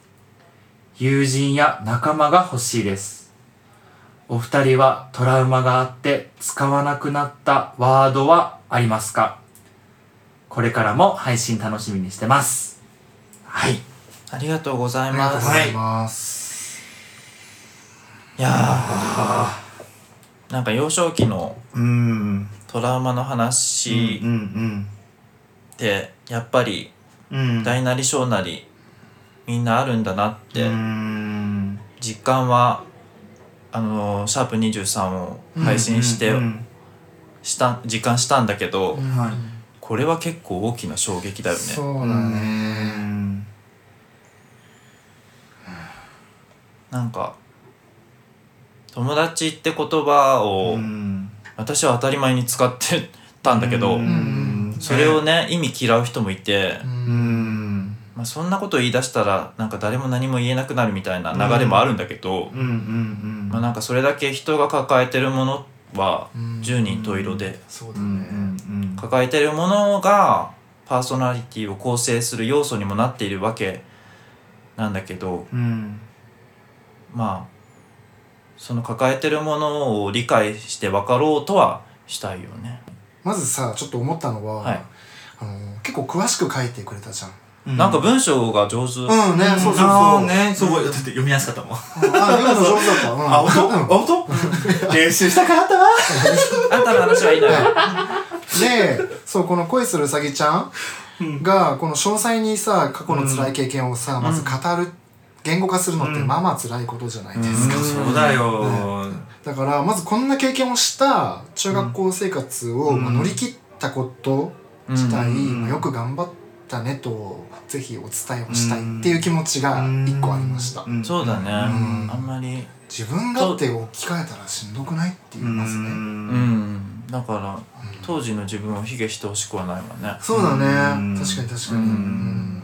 S1: 友人や仲間が欲しいです。お二人はトラウマがあって使わなくなったワードはありますかこれからも配信楽しみにしてます。はい。
S2: ありがとうござい
S3: ありがと
S2: ま
S3: う
S2: す
S3: ご。ざいます。
S2: いやーなんか幼少期の
S1: うん。
S2: トラウマの話
S1: うんうん
S2: ってやっぱり
S1: うん。うん。
S2: 大なり小なりみんなあるんだなっ
S1: う
S2: て
S1: ん
S2: 実感はあのーシャープ23を配信して
S1: うん
S2: した実感したんだけど
S3: うん
S1: はい
S2: これは結構大きな衝撃だよね
S3: そううんだ
S1: う
S3: ね。
S1: ん
S2: なんか友達って言葉を
S1: うん
S2: 私は当たり前に使ってたんだけど
S1: うん
S2: それをね意味嫌う人もいて
S1: う
S3: う
S1: んん
S2: まあ、そんなこと言い出したらなんか誰も何も言えなくなるみたいな流れもあるんだけど、
S1: うんうんうん
S2: まあ、なんかそれだけ人が抱えてるものは
S3: うん
S2: 十人十色で
S3: そう
S1: う
S3: だ
S1: ん
S3: ね。
S1: うん
S2: 抱えてるものがパーソナリティを構成する要素にもなっているわけなんだけど
S1: うん
S2: まあその抱えてるものを理解して分かろうとはしたいよね。
S3: まずさ、ちょっと思ったの
S2: はい
S3: は、あの結構詳しく書いてくれたじゃん。
S1: うん
S2: なんか文章が上手、
S3: うんね、そうそうそう。
S1: あー
S3: あ、
S1: ねすご
S3: [laughs]
S1: いだって読みやすかったもん
S3: 読むの上手だった。うん
S1: あ音
S3: うん
S1: あ音練習したかったわ
S2: あんたの話
S3: [laughs]
S2: はいいのよ。
S3: で、そう、この恋するうさぎちゃんが、この詳細にさ、過去の辛い経験をさ、まず語る、言語化するのって、まあまあ辛いことじゃないですか。
S1: そうだよ
S3: だから、まずこんな経験をした中学校生活を、
S1: うん
S3: まあ乗り切ったこと自体、
S1: うん
S3: まあよく頑張ったねと、ぜひお伝えをしたいっていう気持ちが
S1: うん
S3: 一個ありました。
S1: ん
S2: そうだね、
S3: うん
S2: あんまり
S3: 自分がって置き換えたらしんどくないって言います
S1: う
S3: ね。
S2: うんんだから当時の自分を卑下してほしくはないわね
S3: そうだ
S1: うん
S3: ね。確かに確かに。
S2: うん
S3: うん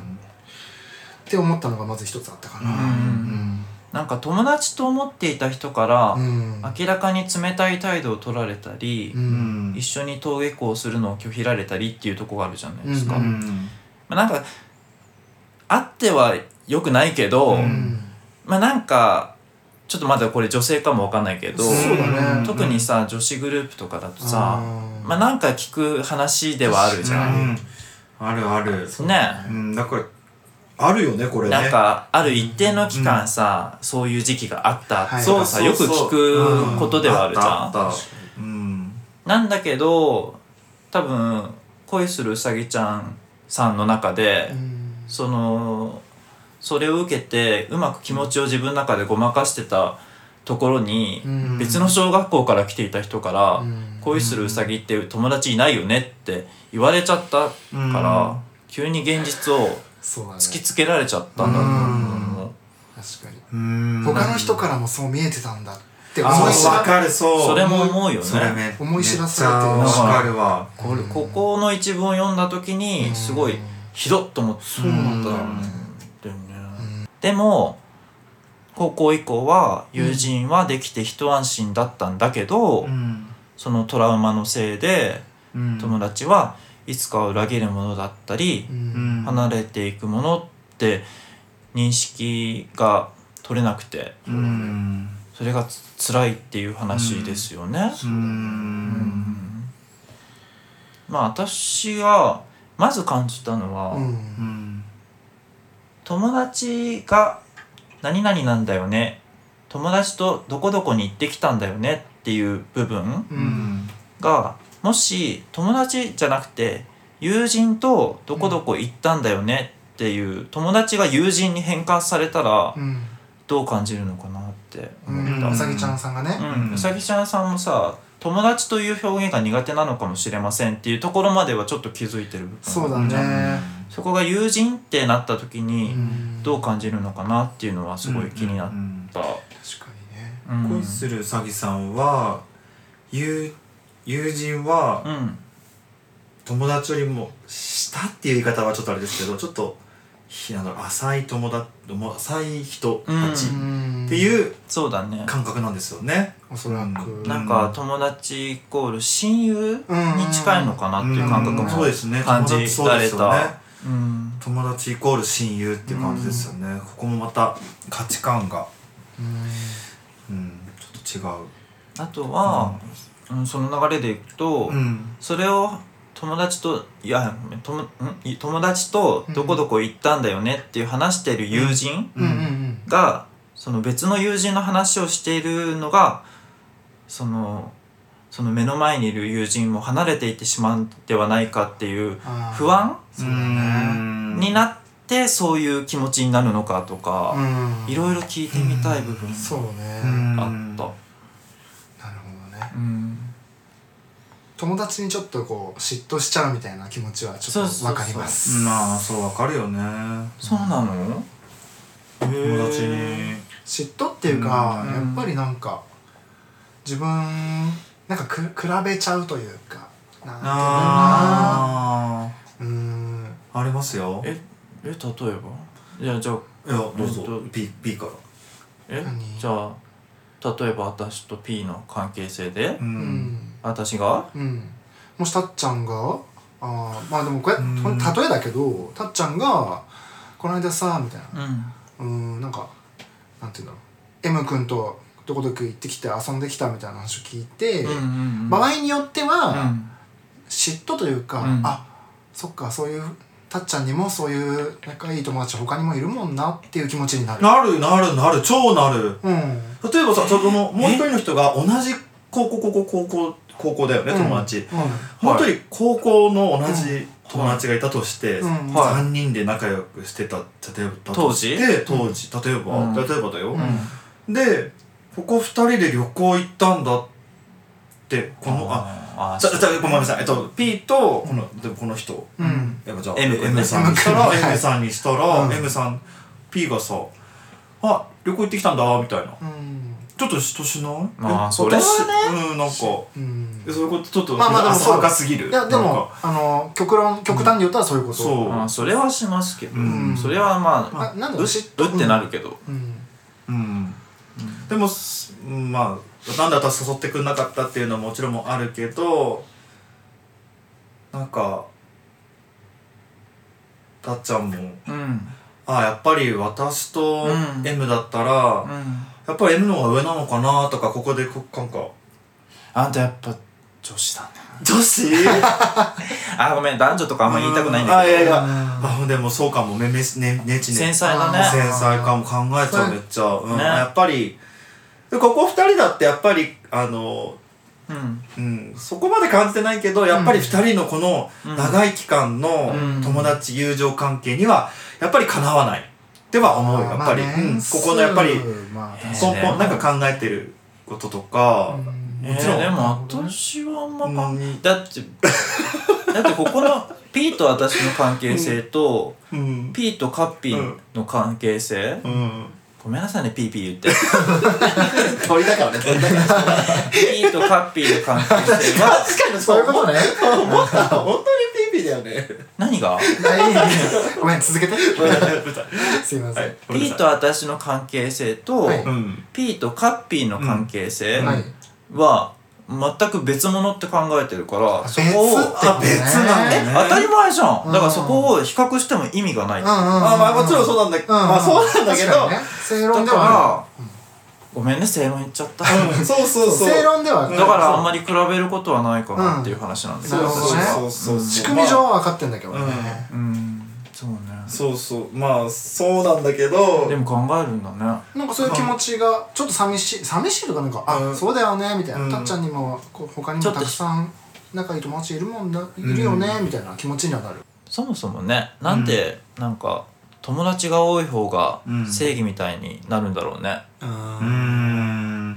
S3: って思ったのがまず一つあったかな。
S2: うんなんか友達と思っていた人から
S3: うん
S2: 明らかに冷たい態度を取られたり
S3: う、
S1: うんん
S2: 一緒に登下校するのを拒否られたりっていうとこがあるじゃないですか、
S1: う
S3: うん
S2: ま
S1: ん
S2: あ、なんかあっては良くないけど、
S1: うん
S2: まあなんかちょっとまだこれ女性かもわかんないけど、
S3: そうだね
S2: 特にさ女子グループとかだと
S3: あ
S2: さ、
S3: ー
S2: まあなんか聞く話ではあるじゃん、
S1: うんあるある
S2: ね
S1: うんだからあるよねこれね
S2: なんかある一定の期間さ、そういう時期があった
S3: はい
S2: とかさ、よく聞くことではあるじゃん、
S1: うあったあったうん
S2: なんだけど多分恋するうさぎちゃんさんの中で、
S3: うん
S2: そのそれを受けてうまく気持ちを自分の中でごまかしてたところに、
S3: うん
S2: 別の小学校から来ていた人から「
S3: うん
S2: 恋するうさぎって友達いないよね」って言われちゃったから、
S1: うん
S2: 急に現実を
S3: そうだね
S2: 突きつけられちゃったんだと思う。
S3: 確かに
S1: うん
S3: 他の人からもそう見えてたんだって思
S1: あ
S3: い知
S1: そうわ
S3: ら
S1: かるそう
S2: それも思うよ
S1: それ
S2: ね。
S1: め
S3: 思い知らされてる
S1: めっちゃわかるわ
S2: これここの一文を読んだ時にすごいひどっと思った
S3: うなんだよね
S2: だよねでも高校以降は友人はできて一安心だったんだけど、
S1: うん
S2: そのトラウマのせいで
S1: うん
S2: 友達はいつかは裏切るものだったり
S3: う、
S1: うんん
S2: 離れていくものって認識が取れなくて
S1: うん
S2: それがつ辛いっていう話ですよね。
S1: う
S2: うん
S1: ん
S2: まあ私がまず感じたのは、
S3: うん
S1: うん
S2: 友達が「何々なんだよね」友達とどこどこに行ってきたんだよねっていう部分
S1: う
S3: う
S1: んん
S2: がもし友達じゃなくて友人とどこどこ行ったんだよねっていう友達が友人に変換されたら
S3: うん
S2: どう感じるのかなって
S3: うん
S1: うん
S3: うさぎちゃんさんがね
S2: うん、
S1: うん
S2: うさぎちゃんさんもさ友達という表現が苦手なのかもしれませんっていうところまではちょっと気づいてる部分
S3: そうだ
S2: なんじゃん
S3: ね
S2: そこが友人ってなった時に、
S3: ん
S2: どう感じるのかなっていうのはすごい気になっ
S1: うん
S2: た、
S3: 確かにね
S2: うん
S1: 恋するうさぎさんは友友人は
S2: うん
S1: 友達よりも下っていう言い方はちょっとあれですけどちょっとひなんだろう浅い友達浅い人たち
S2: うん
S1: って
S3: う
S1: いう
S2: そうだね
S1: 感覚なんですよね。
S3: おそらく
S1: うん
S2: なんか友達イコール親友に近いのかなっていう感覚も、
S1: うんそうですね
S2: 感じられ
S1: 友達そうですよね
S2: たうん
S1: 友達イコール親友っていう感じですよね、ここもまた価値観が、
S3: うん
S1: うん、ちょっと違う
S2: あとは、うんその流れでいくと、
S1: うん
S2: それを友達といやごめんともんい友達とどこどこ行ったんだよねっていう話してる友人
S3: うんうん
S2: が、その別の友人の話をしているのがそのその目の前にいる友人も離れていってしまうんではないかっていう
S3: あー
S2: 不安
S3: そうだね
S2: になってそういう気持ちになるのかとか、
S3: うん
S2: いろいろ聞いてみたい部分
S3: そうね
S1: うん
S2: あった。
S3: なるほどね
S2: うん
S3: 友達にちょっとこう嫉妬しちゃうみたいな気持ちはちょっとわかります
S1: まあそうわかるよね
S2: そうなの
S1: 友
S2: 友
S1: 達に
S3: 嫉妬っていうか、
S2: うん
S3: やっぱりなんか自分なんかく比べちゃうというかなんていうのか
S1: あ
S3: なうーん
S1: あありますよ
S2: ええ例えばいやじゃあ
S1: いやどう
S2: えっと
S1: ぞ B, B から
S2: え
S3: 何
S2: じゃあ例えば私と P の関係性で、
S1: う
S3: うんん、
S2: 私が
S3: うん、もしたっちゃんがあーまあでもこれ、
S1: うん
S3: これ例えだけどたっちゃんが「この間さ」みたいな
S2: うん
S3: うーんなんかなんていうんだろう M 君とどこどこ行ってきて遊んできたみたいな話を聞いて、
S2: うんうんうん
S3: 場合によっては、
S2: うん
S3: 嫉妬というか、
S2: うん
S3: あそっかそういうたっちゃんにもそういう仲いい友達他にもいるもんなっていう気持ちになる
S1: なるなるなる超なる
S3: うん
S1: 例えばさそこのもう一人の人が同じ高校高校高校高校だよね友達、
S2: はい
S1: もう一人高校の同じ友達がいたとして、
S3: うんうん
S2: はい
S1: 3人で仲良くしてた例えばだ
S2: 当
S1: と
S2: 時
S1: して当時例えば、
S2: うん
S1: 例えばだよ
S3: う、ん
S1: でここ2人で旅行行ったんだってこのあ
S2: ああ
S1: じゃじゃごめんなさいえっ
S2: い
S1: と P とこの,、でもこの人
S3: うん、うん
S1: やっぱじゃあ
S2: M
S1: M, さんにしたら
S3: M 君
S1: M さんにした
S3: う
S1: ら
S3: ん
S1: M さん P がさ「あ旅行行ってきたんだ」みたいな
S3: うん
S1: ちょっと嫉妬しない
S2: まあ
S1: え
S2: それはね
S1: 私うんなんか
S3: うん
S1: えそういうことちょっと
S3: まあまあでもそう
S1: 浅はかすぎる
S3: いやで
S1: なん
S3: も
S1: か
S3: あの極論極端に言ったらそういうこと、
S1: そう
S2: ああそれはしますけど、
S1: うん
S2: それはまあ
S3: あなん
S2: うっ
S3: だろう
S2: う
S3: 嫉妬
S2: ってなるけど、
S3: うん
S1: うんでもすうんまあなんで私誘ってくれなかったっていうのはもちろんあるけどなんかたっちゃんも
S2: うん
S1: あやっぱり私と
S2: うん
S1: M だったら、
S2: うん
S1: やっぱり M の方が上なのかなとかここでこなんか
S2: あんたやっぱ女子だね
S1: 女子
S2: あごめん男女とかあんま言いたくないん
S1: [laughs]
S2: だ
S1: あい
S2: けど
S1: やいや
S3: うん
S1: あでもそうかもめめしねねちね
S2: 繊細だね
S1: 繊細かも考えちゃうめっちゃ、うん
S2: ね
S1: やっぱりでここ2人だってやっぱりあの
S2: うん
S1: うん、そこまで感じてないけどやっぱり2人のこの
S2: うん
S1: 長い期間の
S2: うん
S1: 友達、友情関係にはやっぱりかなわないでは思うよやっぱり、
S3: まあ
S1: うん、
S3: 年
S1: こ
S3: 数
S1: このやっぱり
S3: まあ確かに
S1: 根本なんか考えてることとか、
S3: うん
S1: もちろん
S2: えーでも私はあんま
S1: うん
S2: 関だってだってここの P と私の関係性と、
S1: うん、
S2: P とカッピーの関係性、
S1: うん、
S2: ごめんなさいね P ピー言って [laughs]
S1: 鳥だからね鳥だか
S2: P とカッピーの関係性は
S1: 確かに
S3: そういう
S1: [laughs]
S3: ことね。
S1: 思った本当にピーピーだよね
S2: 何が
S3: はいごめん、続けて。 [laughs] すいません。
S2: P と私の関係性と、
S3: はい
S1: うん、
S2: P とカッピーの関係性
S3: はい。
S2: は全く別物って考えてるから、そこを
S3: 別って
S1: あ別なん
S2: え
S1: だね
S2: 当たり前じゃん、
S3: うん
S2: だからそこを比較しても意味がない、だか
S1: あまあもちろんそう
S3: だ。
S1: なんだ、まあそうなんだけど、
S3: 確かにね正論では
S2: ら、ごめんね正論言っちゃった、
S1: うんそう
S3: あ
S1: そう
S3: る。
S1: そう
S3: 正論ではある
S2: だからあんまり比べることはないかなっていう話なんだけ
S1: そ
S2: ど、
S3: な
S1: う
S3: るほどね
S1: そうそうそう
S3: 仕組み上は分かってんだけどね。
S2: うんそうね
S1: そうそうまあそうなんだけど
S2: でも考えるんだね
S3: なんかそういう気持ちがちょっと寂しい寂しいとかなんか、
S1: う
S3: あ
S1: ん
S3: そうだよねみたいな、
S1: うん
S3: たっちゃんにもこう他に
S2: ちょ
S3: も
S2: っと
S3: たくさん仲いい友達いるもんだいるよね、みたいな気持ちにはなる
S2: そもそもねなんでなんか友達が多い方が正義みたいになるんだろうね、
S3: う
S1: うー
S3: ん
S1: ん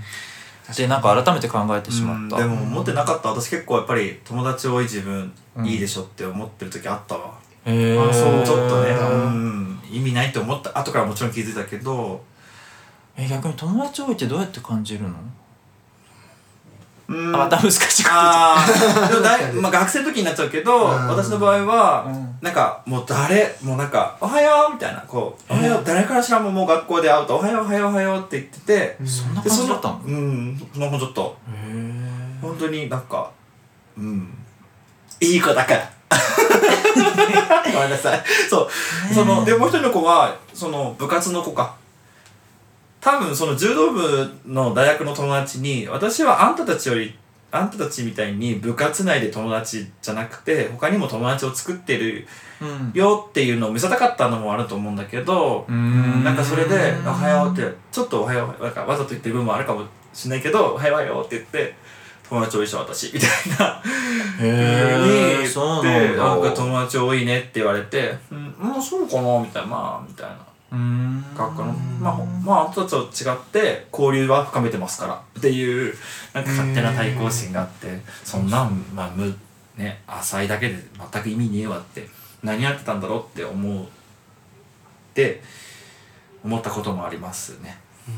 S2: でなんか改めて考えてしまった、
S1: うんでも持ってなかった私結構やっぱり友達多い自分
S2: うん
S1: いいでしょって思ってる時あったわ、
S2: へー
S1: あそうちょっとね、
S3: う
S1: うん、意味ないって思った後からもちろん気づいたけど
S2: え逆に友達多いってどうやって感じるの、
S1: う
S2: あ
S1: ん
S2: また難しいこと
S1: あーでも
S2: [laughs]
S1: だい、まあ、学生の時になっちゃうけど、
S3: うん
S1: 私の場合
S2: う
S1: は
S2: ん、
S1: なんかもう誰もうなんか「おはよう」みたいなこう「おはよう」誰からしらももう学校で会うと「おはようおはようおはよう」って言ってて
S3: うん
S2: そんな
S1: で
S2: 感
S1: そ
S2: じだ
S1: の
S2: ったのへ
S1: うんそんなもんちょっと
S2: え
S1: 本当になんかうんいい子だから [laughs] ごめんなさいそうそのでもう一人の子はその部活の子か多分その柔道部の大学の友達に私はあんたたちよりあんたたちみたいに部活内で友達じゃなくて他にも友達を作ってる
S2: うん
S1: よっていうのを見せたかったのもあると思うんだけど
S2: うーん
S1: なんかそれで「おはよう」ってちょっと「おはよう」なんかわざと言ってる部分もあるかもしれないけど「おはようよ」って言って「友達多いし私」みたいな
S2: へえそうなん
S1: でな
S2: だ
S1: んか友達多いねって言われて「うんまあそうかな」みたいな「まあ」みたいな
S2: うーん
S1: 学科のまあほまああんたたちと違って交流は深めてますからっていうなんか勝手な対抗心があってそんなんまあむね浅いだけで全く意味ねえわって何やってたんだろうって思うって思ったこともありますね。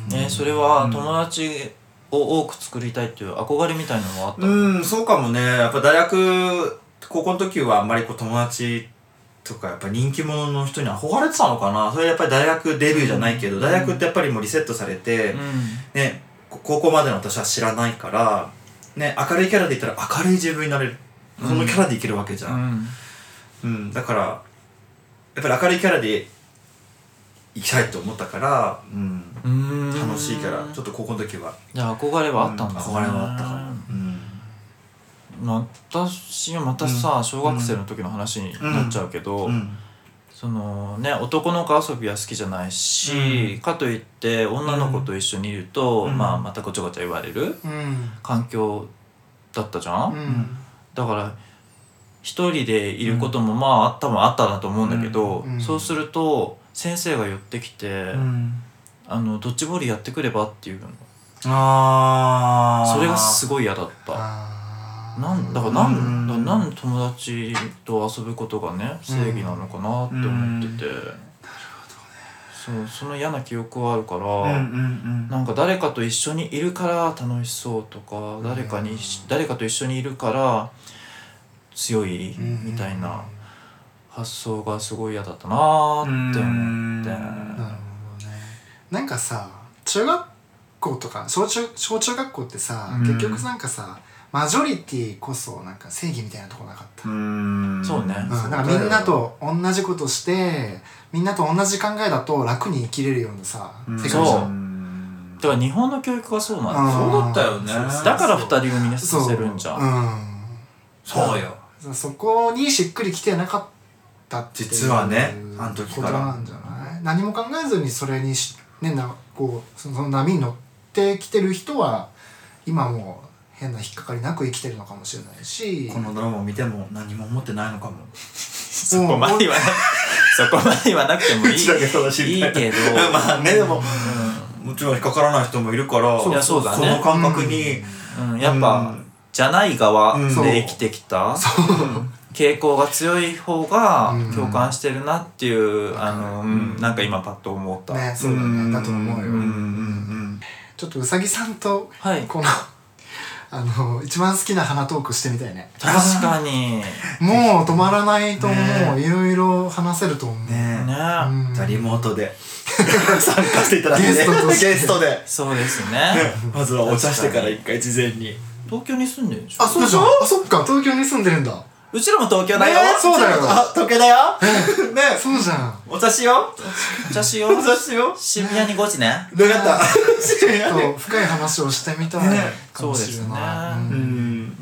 S2: ねそれは友達を多く作りたいっていう憧れみたいなのはあったの
S1: うん、そうかもね。やっぱ大学、高校の時はあんまりこう友達とかやっぱ人気者の人に憧れてたのかな。それやっぱり大学デビューじゃないけど、大学ってやっぱりもうリセットされて、ね、こ高校までの私は知らないから、ね、明るいキャラで言ったら明るい自分になれる。
S2: うん
S1: そのキャラでいけるわけじゃ。
S2: うんん
S1: うん、だから、やっぱり明るいキャラでいきたいと思ったから、うん、
S2: うんうーん
S1: 楽しいキャラ。ちょっと高校の時は。
S2: じゃあ憧れはあったんだ、
S1: う憧れはあったから。うん。
S2: まあ私はまたさ、小学生の時の話になっちゃうけど、
S1: うん
S2: そのね男の子遊びは好きじゃないし、
S1: うん
S2: かといって女の子と一緒にいると、
S1: うん
S2: まあ、またごちゃごちゃ言われる
S3: うん
S2: 環境だったじゃん、
S3: うん
S2: だから一人でいることもまあ多分あったなと思うんだけど、
S3: うんうん
S2: そうすると先生が寄ってきて、
S1: うん
S2: あのドッジボールやってくればっていうの
S1: あー
S2: それがすごい嫌だった
S3: あー
S2: なんだからなん,、
S1: うん
S2: だからなんで友達と遊ぶことがね正義なのかなって思ってて、なるほどねそうその嫌な記憶はあるから、
S1: うんうん
S2: なんか誰かと一緒にいるから楽しそうとか誰かにし誰かと一緒にいるから強い
S3: う
S2: み
S3: ん
S2: たいな発想がすごい嫌だったなーって思って
S1: うん
S3: なるほどねなんかさ中学校とか小中小中学校ってさ、
S1: うん
S3: 結局なんかさマジョリティこそなんか正義みたいなとこなかった、
S1: うんうん
S2: そうね
S3: うん、だからみんなと同じことしてみんなと同じ考えだと楽に生きれるようなさ、
S1: うん
S3: 世界じゃ
S2: そ
S3: ん
S2: う
S1: うん
S2: だから日本の教育はそうなんだ
S3: うん
S1: そうだったよね
S2: だから二人組に
S3: そう
S2: させるんじゃん
S1: そうよ
S3: うん、そこにしっくりきてなかったっていう
S1: 実はねあの時から
S3: ことなんじゃない何も考えずにそれにし、ね、なこうそのその波に乗ってきてる人は今もう変な引っかかりなく生きてるのかもしれないし
S1: このドラマを見ても何も思ってないのかも
S2: そこまで言わなく [laughs] そこまで言わなくてもいい。
S1: け正
S2: いいけど。
S1: [laughs] まあねでも
S2: う
S1: もちろん引っかからない人もいるから
S2: いやそうだね
S1: の感覚に、
S2: ん、うん、やっぱ、
S1: うん
S2: じゃない側
S1: うん
S2: で生きてきた、傾向が強い方が
S3: うん
S2: 共感してるなっていう、あの、うん
S1: うん
S2: なんか今パッと思った。
S3: ねそうだねだと思うよ、
S1: んうんうん
S3: ちょっとうさぎさんと
S2: はい。
S3: このあの一番好きな花トークしてみたいね
S2: 確かに。ね
S3: もう止まらないと思う、
S1: ね
S3: いろいろ話せると思う、
S1: うんねえ
S3: うん
S1: じゃあリモート [laughs] で参加していただいて
S3: ゲストとして
S1: ゲストで
S2: そうですね。
S1: まずはお茶してから一回事前に
S2: 東京に住んでるでしょ
S3: あそうでしょあそっか東京に住んでるんだ
S2: うちらも東京だよ。
S3: ねそうだよ
S1: あ時計だよねえ
S3: そうじゃん
S1: お茶しよ
S2: お茶しよう
S1: うお。茶しよ
S2: 渋谷に5時ね。
S1: うよかった
S3: ちょっと深い話をしてみたい
S1: ね
S3: かもし
S2: そうで
S3: れない、
S2: す
S1: [laughs] う
S2: ね
S3: うん
S1: ん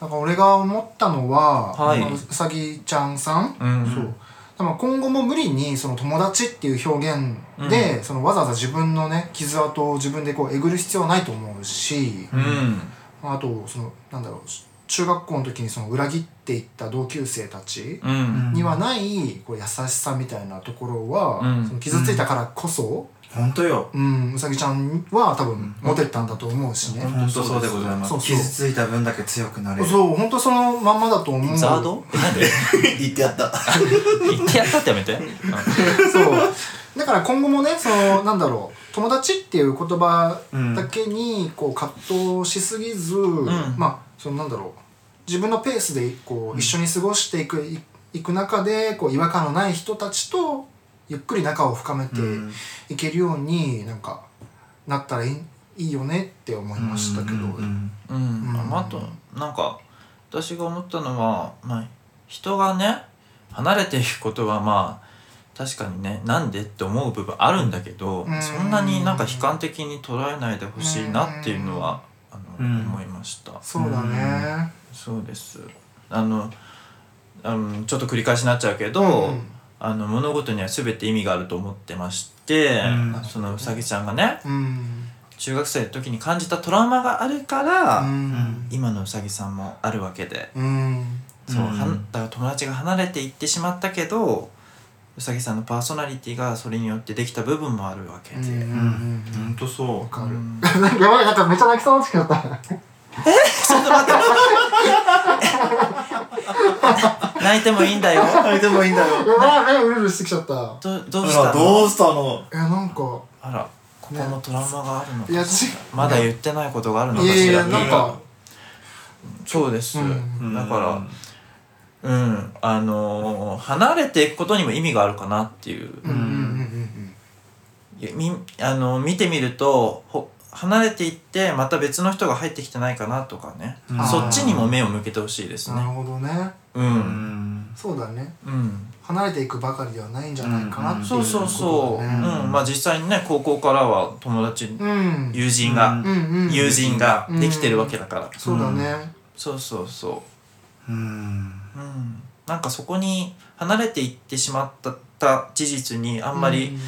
S3: なんか俺が思ったのは、
S2: はい
S3: あのうさぎちゃんさん、
S2: うん
S3: そうだから今後も無理にその友達っていう表現で、そのわざわざ自分のね傷跡を自分でこうえぐる必要はないと思うし、
S2: うん。
S3: あとそのなんだろうし中学校の時にその裏切っていった同級生たち
S2: うん。うん。
S3: にはないこう優しさみたいなところは、
S2: うん
S3: その傷ついたからこそ、
S1: 本当よ
S3: うんうさぎちゃんは多分モテたんだと思うしね。
S1: 本当そうでございま
S3: そう
S1: す
S3: そう
S1: 傷ついた分だけ強くなれる
S3: そう本当そのまんまだと思う
S2: ザード [laughs] えなんで
S1: [laughs] 言ってやった
S2: 言ってやったってやめて。
S3: そうだから今後もねそのなんだろう友達っていう言葉だけにこう葛藤しすぎず、
S2: ん
S3: まあそのなんだろう自分のペースでこう一緒に過ごしていく,い、いく中でこう違和感のない人たちとゆっくり仲を深めて
S1: うん
S3: いけるようになんかなったらいいいいよねって思いましたけど。
S1: うんうんうん
S2: うん。うん、あと、なんか、私が思ったのは、まあ、人がね、離れていくことはまあ、確かにね、なんでって思う部分あるんだけど、
S3: うん
S2: そんなになんか悲観的に捉えないでほしいなっていうのは、あ
S1: う
S2: の、
S1: ん
S2: 思いました。
S3: そうだね。
S2: そうですあのあのちょっと繰り返しになっちゃうけど、
S3: うん
S2: あの物事には全て意味があると思ってまして、
S1: うん
S2: そのうさぎちゃんがね
S3: うん。
S2: 中学生の時に感じたトラウマがあるから、
S3: うん。
S2: 今のうさぎさんもあるわけで、
S3: うん。
S2: そう
S1: うん
S2: はんだから友達が離れていってしまったけどうさぎさんのパーソナリティがそれによってできた部分もあるわけで。
S3: うん
S1: う
S3: うんん
S1: 本当そ
S3: わ
S1: う
S3: かる。
S2: うん
S3: なんかやばい、なんかめっちゃ泣きそうになってきちゃった。
S2: ちょっと待って泣いてもいいんだよ
S1: あでもいいんだよ
S3: やばい、目うるうるしてきちゃった。
S2: どどうし
S1: あ
S2: た
S1: ら
S2: の
S1: どうしたの
S3: いや、なんか、
S2: あら、ここもトラウマがあるのか
S3: いや、違
S2: しら。まだ言ってないことがあるの
S3: い
S2: か
S3: やい
S2: しら
S3: や、。なんか、
S2: そうです。
S3: うん
S2: だから、うん、あのー離れていくことにも意味があるかなっていう。
S3: うんうんうん
S2: いやみあの見てみると、ほ離れていって、また別の人が入ってきてないかなとかね。
S1: うん
S2: そっちにも目を向けてほしいです
S3: うん。なる
S2: ね。
S3: ほどね。
S2: う。
S1: うんん
S3: そうだね。
S2: うん。
S3: 離れていくばかりではないんじゃないかなっていう
S2: そうそう
S3: こ
S2: そう。う
S3: と
S2: ん
S3: だね。。
S2: まあ実際にね、高校からは友達、
S3: うん。
S2: 友人が、
S1: うん
S3: うんうん。
S2: 友人ができてるわけだから。
S3: そうだね。
S2: そうそうそう。
S1: うん
S2: うん、なんかそこに離れていってしまった事実にあんま
S3: う
S2: り、。うん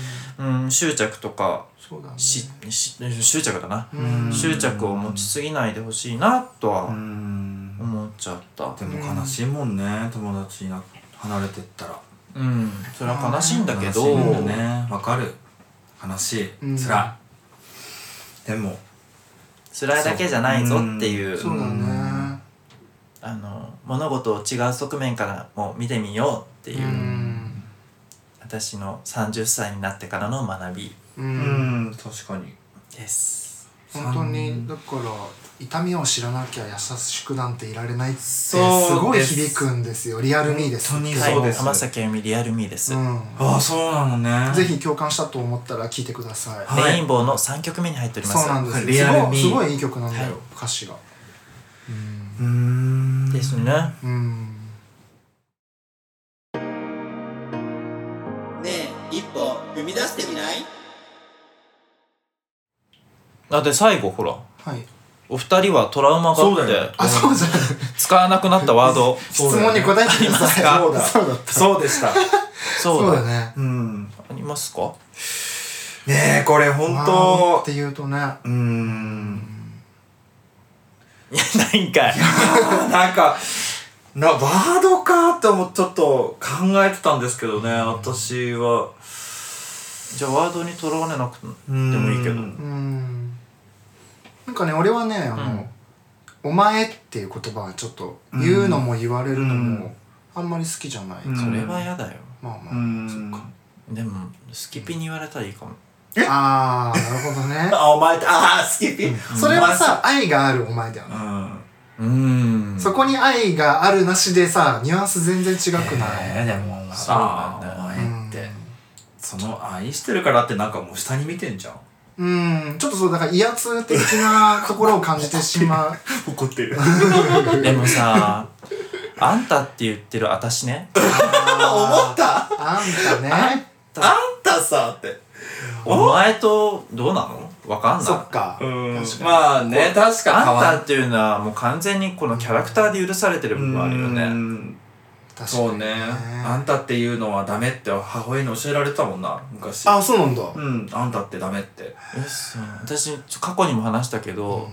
S2: 執着とか
S3: そうだね。
S2: しし執着だな、
S3: うん
S2: 執着を持ちすぎないでほしいなと
S1: う
S2: は
S1: ん
S2: 思っちゃった
S1: でも悲しいもんね友達にな離れてったら
S2: うん、それは悲しいんだけ
S1: 悲し
S2: ど
S1: いんだねわかる悲しい
S3: うん
S1: 辛いでも
S2: 辛いだけじゃないぞっていう
S3: そうだね。
S2: あの物事を違う側面からも見てみようっていう、
S3: うん。
S2: 私の30歳になってからの学び
S3: う。
S1: うんん確かに
S2: です
S3: 本当に、だから、痛みを知らなきゃ優しくなんていられないって、す
S1: そう
S3: ごい
S1: です
S3: 響くんですよ。リアルミーです。
S1: 本当に
S2: はい
S1: そうです
S2: 浜崎あゆみリアルミーです、
S3: うん。
S1: ああそうなのね
S3: ぜひ共感したと思ったら聞いてください。
S1: はい
S2: レインボーの3曲目に入っております
S3: そうなんです
S1: リアル
S3: よ。
S1: に
S3: すごいすごいいい曲なんだよ、
S2: はい
S3: 歌詞が。
S1: うーん
S2: ですね
S3: うん。
S4: ねえ一歩踏み出してみない
S2: だって最後ほら
S3: はい。
S2: お二人はトラウマが
S1: そう
S2: あっ
S1: だよ
S2: て
S3: あ、そうじゃん。
S2: 使わなくなったワード
S3: 質問に答えてください。
S1: そうだ
S3: そうだった。
S1: そうでした
S2: そ
S3: そうう
S2: だ
S3: だね。
S1: うん
S2: ありますか [laughs]
S1: ねえこれ本
S3: まあっ
S1: 当
S3: て言うとね。
S1: うーん
S2: いやないんかい
S1: [laughs] なんかなワードかともちょっと考えてたんですけどね私は
S2: じゃあワードにとらわれなくてもいいけど
S1: うん
S3: うんなんかね俺はねあの、お前」っていう言葉はちょっと言うのも言われるの
S1: うん
S3: もあんまり好きじゃないから、
S1: うん
S2: それは嫌だよ
S3: まあまあ、
S1: うん
S3: そっか
S2: でもスキピに言われたらいいかも
S3: ああなるほどね
S1: あお前ってああスキピ
S3: それはさ愛があるお前だよ
S1: う
S3: ね、
S1: ん
S2: うーん
S3: そこに愛があるなしでさニュアンス全然違くない、
S1: えーでもま
S2: そうな
S1: あ
S2: んだよ
S1: お前
S3: うん
S1: ってその愛してるからってなんかもう下に見てんじゃん
S3: うん、ちょっとそう、だから威圧的なところを感じてしまう。
S1: 怒ってる
S2: でもさあんたって言ってる私ね
S1: 思った
S3: あんたね。
S1: あんたさって
S2: お前とどうなのわかんない
S3: そっか。
S1: うん
S3: 確かに
S1: まあね確か変
S2: あん
S1: わ
S2: たっていうのはもう完全にこのキャラクターで許されてる部分あるよ
S1: う
S2: ね
S1: ん
S3: 確かに
S1: そうねあんたっていうのはダメって母親に教えられたもんな昔
S3: あ、そうなんだ。
S1: うんあんたってダメって
S2: えそう私ちょ過去にも話したけど、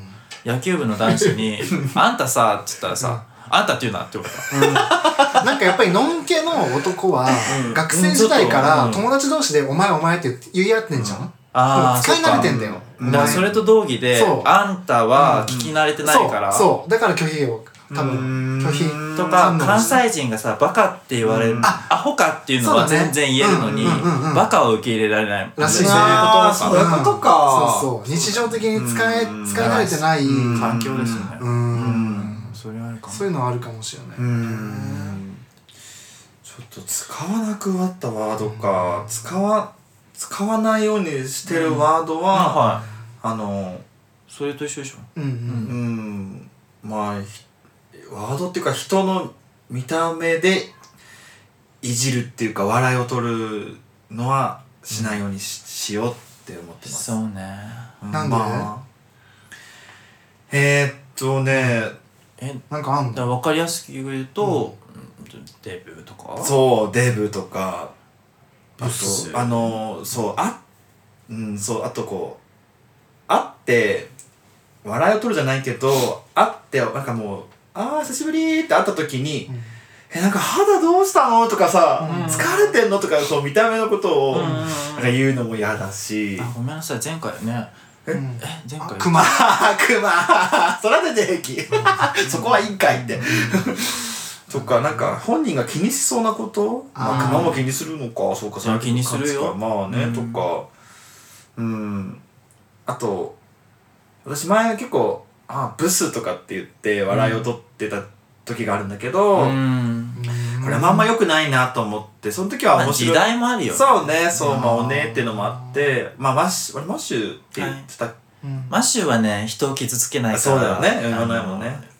S2: 野球部の男子に「あんたさ」っつったらさ「あんたって言うな」って言われた
S3: なんかやっぱりのんけの男は、学生時代か
S2: うんちょ
S3: ら
S2: っと
S3: 友達同士でお前お前って言って言い合ってんじゃん
S2: あー
S3: 使い慣れてんだよ。
S2: だからそれと同義で
S3: そ
S2: 「
S3: う
S2: あんたは聞き慣れてないから」
S3: そう、そう。だから拒否を、多
S1: う
S3: 分、
S1: ん
S3: 拒否。
S2: とか
S3: 反応して
S2: 関西人がさ「バカ」って言われる
S1: うん
S2: アホかっていうのは
S3: そうだね
S2: 全然言えるのに
S3: うんうんうんうん
S2: バカを受け入れられない
S3: らしいね
S2: そういうこと
S1: そう
S2: か
S1: いうことか
S3: そうそう。日常的に使え、
S1: うん
S3: 使い慣れてない。
S1: うん
S2: 環境ですよね
S3: う
S1: うん
S3: ん。
S2: それはあるかも
S3: そういうのはあるかもしれない。
S1: うんちょっと使わなくなったワードか使わ使わないようにしてるワード
S2: まあ
S1: は、
S2: はい
S1: あの
S2: それと一緒でしょ
S3: うんうん。
S1: うんまあひワードっていうか人の見た目でいじるっていうか笑いを取るのはしないようにし,、ようって思ってます。
S2: そうね
S1: う
S3: なんで
S1: まあえー、っとね
S2: え
S3: なんかあん
S2: だか
S3: だ。
S2: ら分かりやすく言うとうんデブとか
S1: そうデブとかあ
S2: ブス
S1: とあのそうあうんそうあとこうあって笑いを取るじゃないけどあってなんかもう「ああ久しぶり」って会った時に
S3: うん
S1: 「えなんか肌どうしたの?」とかさ「
S3: うん
S1: 疲れてんの?」とかそう見た目のことを
S2: うん
S1: なんか言うのも嫌だし
S2: あごめんなさい前回ね
S3: うん
S2: え前
S3: あ
S2: 回
S3: 熊。
S1: 「あークマそらでできそこはいいんかい」って。とかなんか本人が気にしそうなことまあ
S3: あー
S1: 熊も気にするのかそうか
S2: いや気にするよ
S1: 価値観まあね、
S3: うん
S1: とかうんあと私前結構「あブス」とかって言って笑いを取ってた時があるんだけど、
S2: うん
S1: これもあんま良くないなと思ってその時は
S2: まあ
S1: 面
S2: 時
S1: 白い、
S2: 代もあるよね
S1: そうねそうまあ
S3: うん
S1: おねえっていうのもあってまあマッシュ俺マッシュって言ってた、
S3: うん
S2: マシューはね人を傷つけないから
S1: そうだよね言
S2: あの
S1: わないもんね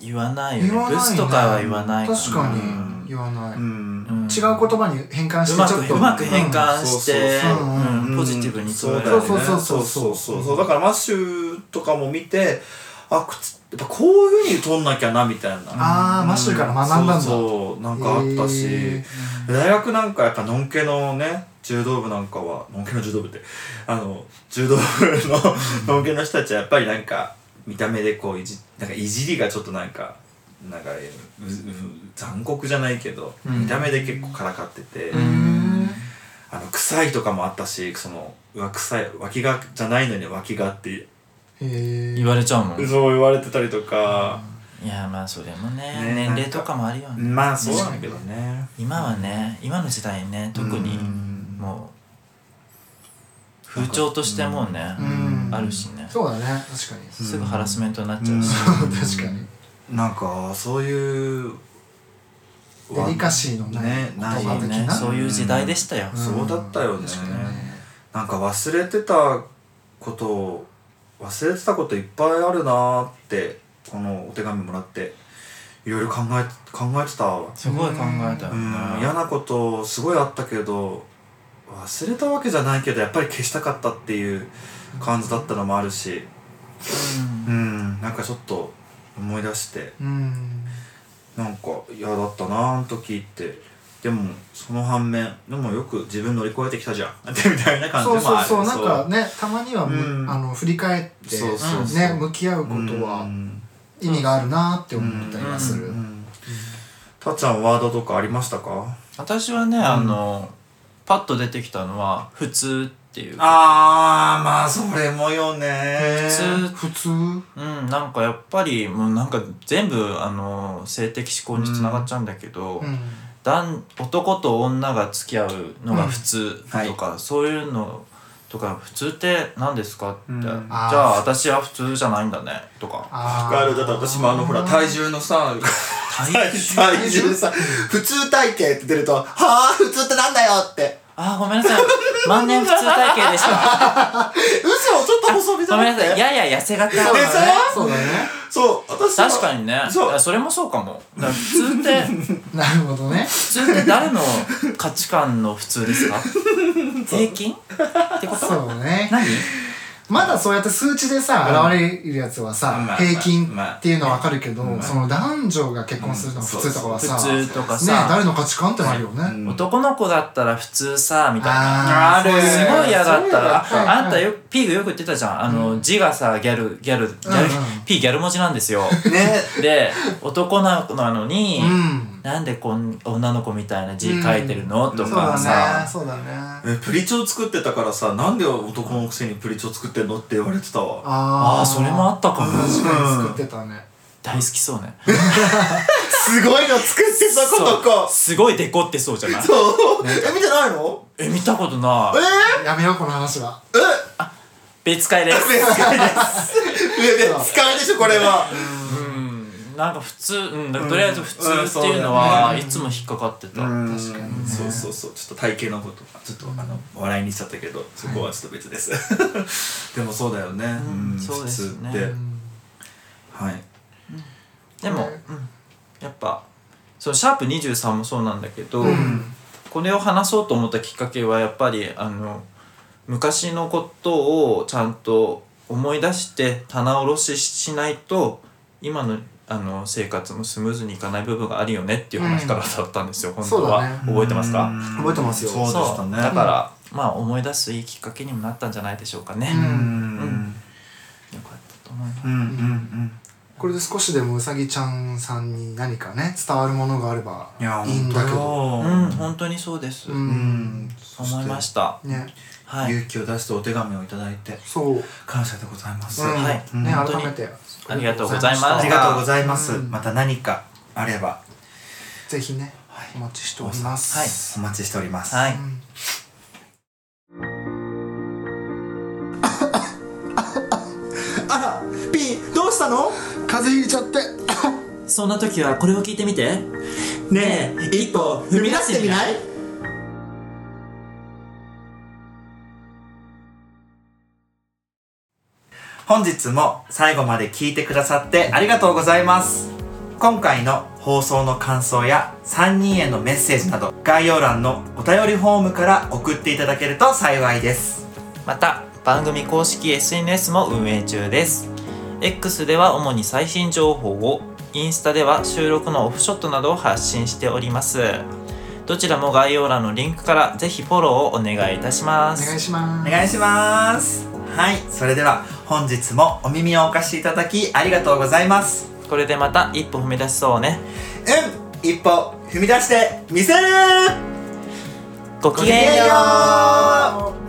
S2: 言わないよ
S3: 言
S2: ね
S3: わないね
S2: ブスとかは言わないら
S3: 確か
S1: うん
S3: に言わない、
S1: う、
S3: 違うん
S2: ん
S3: 言葉に変換
S2: う
S3: してちょ
S2: ま
S3: っ
S2: く
S3: と
S2: うまく変換して
S1: そう
S3: そうそう
S2: うんポジティブに
S1: そう
S2: 捉え
S1: だ
S2: られ
S1: よね
S2: る
S3: そうそうそう
S1: そうそうそ
S3: そうう
S1: だからマッシュとかも見てあくつやっぱこういうふうに撮んなきゃなみたいな
S3: ああマッシュから学んだん
S1: そ
S3: だ、
S1: うそうなんかあったし、
S3: へ
S1: 大学なんかやっぱのんけのね柔道部なんかはのんけの柔道部ってあの柔道部ののんけの人たちはやっぱりなんか見た目でこういじなんかいじりがちょっとなんかなんかうう残酷じゃないけど、
S2: うん
S1: 見た目で結構からかってて、
S2: う
S3: うーん
S1: あの臭いとかもあったしそのうわ臭い脇がじゃないのに脇がって
S3: へ
S2: 言われちゃうもんい
S1: そう言われてたりとか、
S2: やまあそれもね
S1: ね
S2: 年齢とかもあるよね
S1: まあそうなんだけどね
S2: 今はね今の時代ね特に
S1: うん
S2: もう風潮としてもうね
S3: うん
S2: あるしね
S3: そうだね確かに、
S2: すぐハラスメントになっちゃうし
S1: うん
S3: 確かに
S1: なんかそういう
S3: デリカシーのない
S1: ね
S3: 言
S1: ない
S3: 葉
S2: そう
S3: 的
S2: ね
S3: な
S2: そういう時代でしたよ
S3: ん
S1: そうだったよね
S3: 確かにね
S1: なんか忘れてたことを忘れてたこといっぱいあるなーってこのお手紙もらっていろいろ考え考えてたわ
S2: すごい考えたよ
S1: うん
S2: ね
S1: 嫌なことすごいあったけど忘れたわけじゃないけどやっぱり消したかったっていう感じだったのもあるし
S2: うん
S1: うんなんかちょっと思い出して
S3: うん
S1: なんか嫌だったなあの時ってでもその反面でもよく自分乗り越えてきたじゃんってみたいな感じも
S3: そ
S1: あ
S3: う
S1: る
S3: そうそうなんか
S1: ね
S3: ねたまにはむ、
S1: うん
S3: あの振り返って
S1: そうそうそう
S3: ね向き合うことは
S1: うん
S3: 意味があるなって思ったりはす
S1: う
S3: る。
S1: んたっちゃんワードとかありましたか
S2: 私はね、あのパッと出てきたのは「普通」っていう
S1: あーまあそれもよね
S2: 普
S3: 普通
S2: うん、なんかやっぱりもうなんか全部あの性的思考につながっちゃうんだけど、
S3: うん。
S2: 男男と女が付き合うのが普通
S1: うん
S2: とか、そういうのとか普通って何ですかって、
S1: うん
S2: じゃ
S3: あー
S2: あ私は普通じゃないんだねとか
S3: あー
S1: あるだって私もあのほら体重のさ体体重さ普通体型って出ると「はあ普通ってなんだよ」って
S2: あーごめんなさい万年普通体型でした
S1: 嘘ちょっと細身じゃ
S2: ご
S1: な
S2: めん
S1: く
S2: なさい
S1: て
S2: やや痩せ型
S3: そうだね。
S1: そ
S3: そうだね。
S1: そう私は
S2: 確かにね
S1: そう
S2: あそれもそうかもだから普通って
S3: なるほどね。
S2: 普通って誰の価値観の普通ですか平均ってこと
S3: そうね。
S2: [laughs] 何
S3: まだそうやって数値でさ、現れるやつ
S1: う
S3: は
S1: んま
S3: さ
S1: あ、
S3: 平均
S1: まあ
S3: っていうのはわかるけど
S1: ま、あ
S3: その男女が結婚するのが普通とかは
S2: 普
S3: さ、ね
S2: 通とかさ、
S3: 誰の価値観ってなるよね。
S1: うん
S2: 男の子だったら普通さみたいな
S1: ある
S3: そう
S2: すごい嫌だったら、
S3: そう
S2: ああんたよピーグよく言ってたじゃんあの、字がさギャルギャルギャル、
S3: うんうん
S2: ピーギャル文字なんですよ
S1: ね
S2: で男の子なのに、
S3: うん。
S2: なんでこん女の子みたいな字書いてるの、と
S3: そう
S2: か
S3: だね。
S2: さ、
S3: そうだね。
S1: えプリチョ作ってたからさなんで男のくせにプリチョ作ってんのって言われてたわ
S3: あ
S2: ああそれもあったかも、
S3: 確かに作ってたね。
S2: 大好きそうね
S1: すごいの作ってたこと
S2: そう
S1: か
S2: すごいデコってそうじゃない
S1: そうえ見てないの
S2: え見たことない
S1: え
S3: やめよう、この話は。
S2: 別会です
S1: 別使いです別使いでしょこれは
S2: うんなんか普通、うん、だからとりあえず普通っていうの
S1: う
S2: は
S1: ん
S2: いつも引っかかってた、
S1: 確
S3: 確かにね
S1: そうそうそうちょっと体型のことちょっとあの笑いにしちゃったけどそこはちょっと別ですでもそうだよね
S2: うん
S1: うん
S2: そうですね
S1: 普通って
S3: うん
S1: はい
S2: でも、
S3: ね
S2: うんやっぱそのシャープ23もそうなんだけど、
S3: うん
S2: これを話そうと思ったきっかけはやっぱりあの昔のことをちゃんと思い出して棚卸ししないと今のあの生活もスムーズにいかない部分があるよねっていう話からだったんですよ、本当は、
S3: そうだね
S2: 覚えてますか、
S1: うん
S3: 覚えてますよ
S1: そうでしたね
S2: だから、まあ思い出すいいきっかけにもなったんじゃないでしょうかね、
S3: う
S1: うんん
S2: よかったと思います
S1: うんうんうん
S3: これで少しでもうさぎちゃんさんに何かね伝わるものがあれば
S1: いや
S3: いいんだけど
S1: 本当
S2: う
S1: よ
S2: ん本当にそうです、
S3: うん
S1: うん
S2: 思いました
S3: ね
S2: はい
S1: 勇気を出してお手紙をいただいて
S3: そう、うん
S1: 感謝でございます、
S2: はい
S1: うん
S3: ね
S1: 本
S2: 当に
S3: 改めて
S2: ありがとうございます
S1: ありがとうございます、
S3: うん
S1: また何かあれば
S3: ぜひね
S1: はい
S3: お待ちしております
S2: はい
S1: お待ちしております、
S2: はい
S3: うん
S1: あらピーどうしたの
S3: 風邪ひいちゃって
S2: そんな時はこれを聞いてみて
S4: ねえ一歩踏み出してみない
S1: 本日も最後まで聞いてくださってありがとうございます今回の放送の感想や3人へのメッセージなど概要欄のお便りフォームから送っていただけると幸いです
S2: また番組公式 SNS も運営中です X では主に最新情報をインスタでは収録のオフショットなどを発信しておりますどちらも概要欄のリンクからぜひフォローをお願いいたしま
S3: お願
S2: す
S3: いしま
S1: お
S3: す
S1: 願いしますはいそれでは本日もお耳をお貸しいただきありがとうございます
S2: これでまた一歩踏み出しそうね
S1: うん一歩踏み出してみせる
S2: ごきげんよう
S1: よう